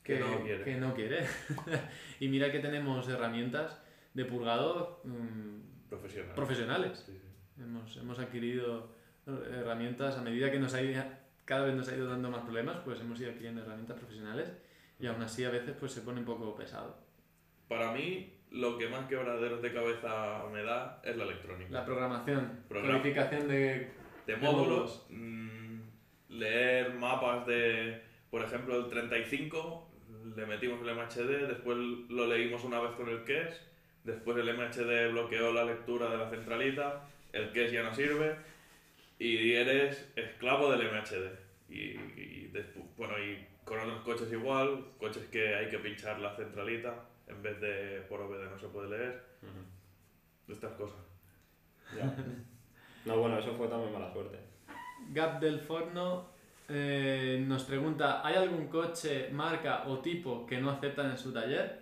Que no quiere.
que no quiere. y mira que tenemos herramientas de purgado mm,
Profesional.
profesionales.
Sí, sí.
Hemos, hemos adquirido eh, herramientas a medida que nos ha ido- cada vez nos ha ido dando más problemas, pues hemos ido adquiriendo herramientas profesionales y aún así a veces pues se pone un poco pesado.
Para mí, lo que más quebraderos de cabeza me da es la electrónica.
La programación,
Programa.
codificación de... De
de módulos, mm, leer mapas de, por ejemplo, el 35, le metimos el MHD, después lo leímos una vez con el KES, después el MHD bloqueó la lectura de la centralita, el KES ya no sirve, y eres esclavo del MHD. Y, y despu- bueno, y con otros coches igual, coches que hay que pinchar la centralita, en vez de por OBD no se puede leer,
Ujú,
estas cosas.
ya. No, bueno, eso fue también mala suerte.
Gap del Forno eh, nos pregunta, ¿hay algún coche, marca o tipo que no aceptan en su taller?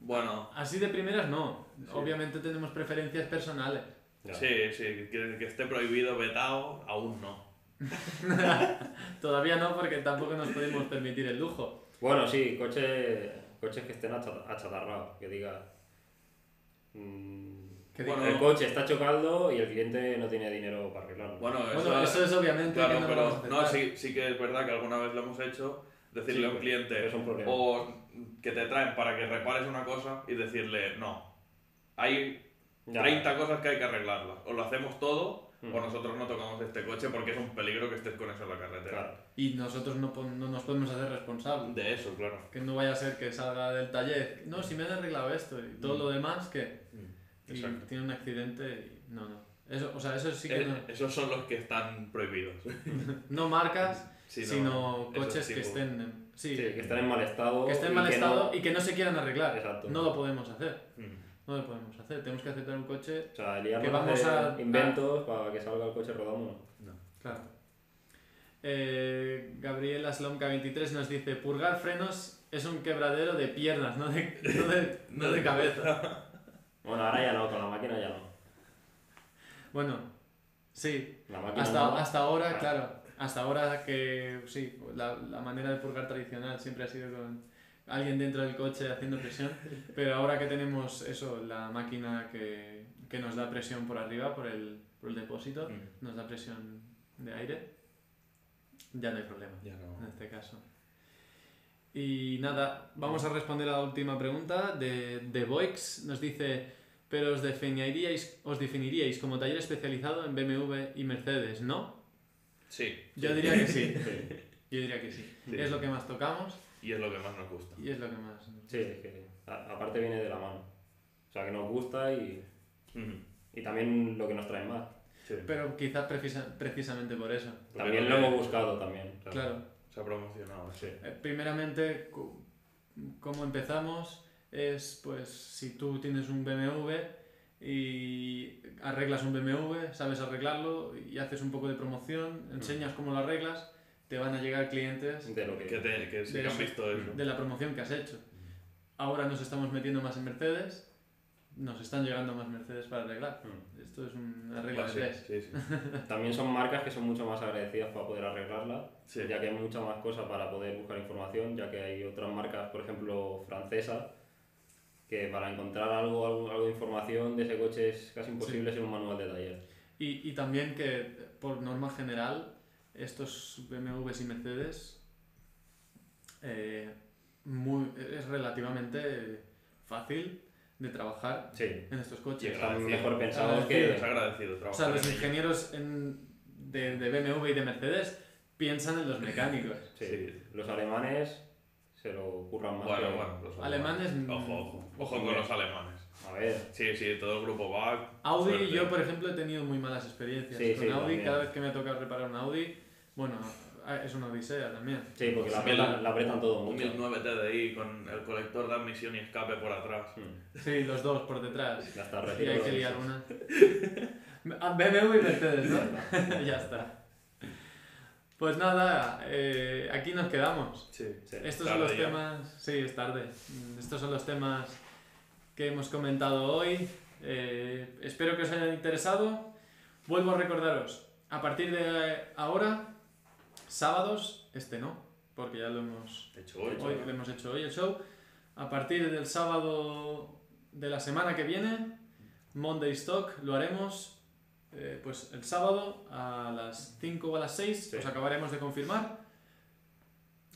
Bueno,
Así de primeras no. Obviamente tenemos preferencias personales.
Ya.
Sí, sí, que, que esté prohibido, vetado, aún no.
Todavía no porque tampoco nos podemos permitir el lujo.
Bueno, sí, coches, coches que estén achata- achatarrados, que diga. mm,
Que
Bueno,
diga-
el coche está chocando y el cliente no tiene dinero para arreglarlo.
Bueno, eso,
Bueno, eso es obviamente que
claro,
no lo
pero
vamos a
no,
aceptar.
sí, sí que es verdad que alguna vez lo hemos hecho, decirle
Sí,
a un cliente
es un problema.
o que te traen para que repares una cosa y decirle, no, hay
Ya. Mm.
30 cosas que hay que arreglarlas, o lo hacemos todo o nosotros no tocamos este coche porque es un peligro que estés con eso en la
Claro.
carretera.
Y nosotros no, po- no nos podemos hacer responsables.
De eso, claro.
Que no vaya a ser que salga del taller. No, si me han arreglado esto y todo lo demás que y
Mm. Exacto.
tiene un accidente y no, no. Eso, o sea, eso sí que
Eh,
no.
Esos son los que están prohibidos.
No marcas,
Si no,
sino
esos
coches que
tipos.
estén. en- Sí,
Sí, que estén en mal estado.
que estén en
y
mal
que no-
estado y que no se quieran arreglar.
Exacto.
No lo podemos hacer.
Mm.
No lo podemos hacer. Tenemos que aceptar un coche.
O sea, liarnos
que vamos
de
a-
inventos para que salga el coche rodando.
Claro. Eh, Gabriela Slomka23 nos dice: purgar frenos es un quebradero de piernas, no de, no de, no de cabeza.
Bueno, ahora ya no, con la máquina ya no.
Bueno, sí.
La máquina no.
Hasta, hasta ahora,
Claro.
claro. Hasta ahora que sí, la, la manera de purgar tradicional siempre ha sido con, alguien dentro del coche haciendo presión, pero ahora que tenemos eso, la máquina que, que nos da presión por arriba, por el, por el depósito,
Mm.
nos da presión de aire, ya no hay problema
Ya
en
no.
este caso. Y nada, vamos a responder a la última pregunta de, de Boix. Nos dice, pero os definiríais, os definiríais como taller especializado en BMW y Mercedes, ¿no?
Sí.
Yo diría que sí,
Sí,
yo diría que sí.
Sí.
Es lo que más tocamos
Y es lo que más nos gusta.
y es lo que más...
Sí, es que a- aparte viene de la mano. O sea, que nos gusta y,
Ujú.
y también lo que nos traen más.
Sí.
Pero quizás precisa- precisamente por eso.
Porque
También lo
que-
hemos buscado también.
Claro.
Se ha promocionado.
Sí.
Eh, Primeramente, cu- cómo empezamos es, pues, si tú tienes un BMW y arreglas un BMW, sabes arreglarlo y haces un poco de promoción,
Mm.
enseñas cómo lo arreglas, te van a llegar clientes
De lo que,
Que, te- que sí
De
que han
eso.
visto eso.
de la promoción que has hecho. Ahora nos estamos metiendo más en Mercedes, nos están llegando más Mercedes para arreglar.
Mm.
Esto es una regla
Ah,
de
sí,
tres.
sí, sí.
También son marcas que son mucho más agradecidas para poder arreglarla,
Sí.
ya que hay muchas más cosas para poder buscar información, ya que hay otras marcas, por ejemplo, francesas, que para encontrar algo, algo, algo de información de ese coche es casi imposible sin un manual de taller.
Y, y también que, por norma general, estos BMWs y Mercedes eh, muy- es relativamente fácil de trabajar
Sí,
en estos
Y
coches.
está
agradecido.
mejor pensado que-
Agradecido, es agradecido
O
trabajar
sea, los
en ello.
ingenieros en- de, de BMW y de Mercedes piensan en los mecánicos.
sí.
Sí.
Los alemanes se lo curran más.
Bueno,
que-
bueno, los
Alemanes, mm,
Ojo, ojo. Ojo
ojo,
con los alemanes.
A ver,
Sí, sí, todo el grupo va.
Audi,
suerte.
yo por ejemplo he tenido muy malas experiencias
Sí,
con
sí,
Audi.
también.
Cada vez que me ha tocado reparar un Audi, bueno, ah, es una odisea también.
sí, porque la
Sí, el-
apretan, la apretan todo
Un
mucho.
1009 TDI con el colector de admisión y escape por atrás.
Mm,
Sí, los dos por detrás.
Ya está,
Y hay
retiro
que
los-
liar una. Ah, BMW y Mercedes, ¿no? ya está. Pues nada, eh, aquí nos quedamos.
Sí.
Sí.
Estos son
Tarde
los
ya.
temas. Sí, es tarde. Mm, Estos son los temas que hemos comentado hoy. Eh, espero que os haya interesado. Vuelvo a recordaros, a partir de ahora, sábados, este no, porque ya lo hemos
De hecho, hoy.
Hoy, que hemos hecho hoy el show. A partir del sábado de la semana que viene, Monday Stock lo haremos eh, pues el sábado a las 5 o a las 6.
Sí.
Os acabaremos de confirmar.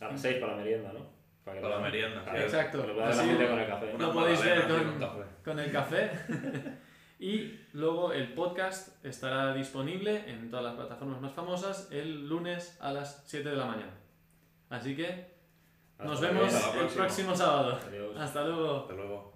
A las 6 para la merienda, ¿no? Para, que
Para la
lo-
merienda,
Claro,
sí.
Exacto.
Lo va a dar la
Así
gente con el café.
Una
lo podéis ver
magdalena
con-
un café.
con el café. y luego el podcast estará disponible en todas las plataformas más famosas el lunes a las 7 de la mañana. Así que
Hasta
nos
la
vemos
Hasta la
el
próxima.
próximo sábado.
Adiós.
Hasta luego.
Hasta luego.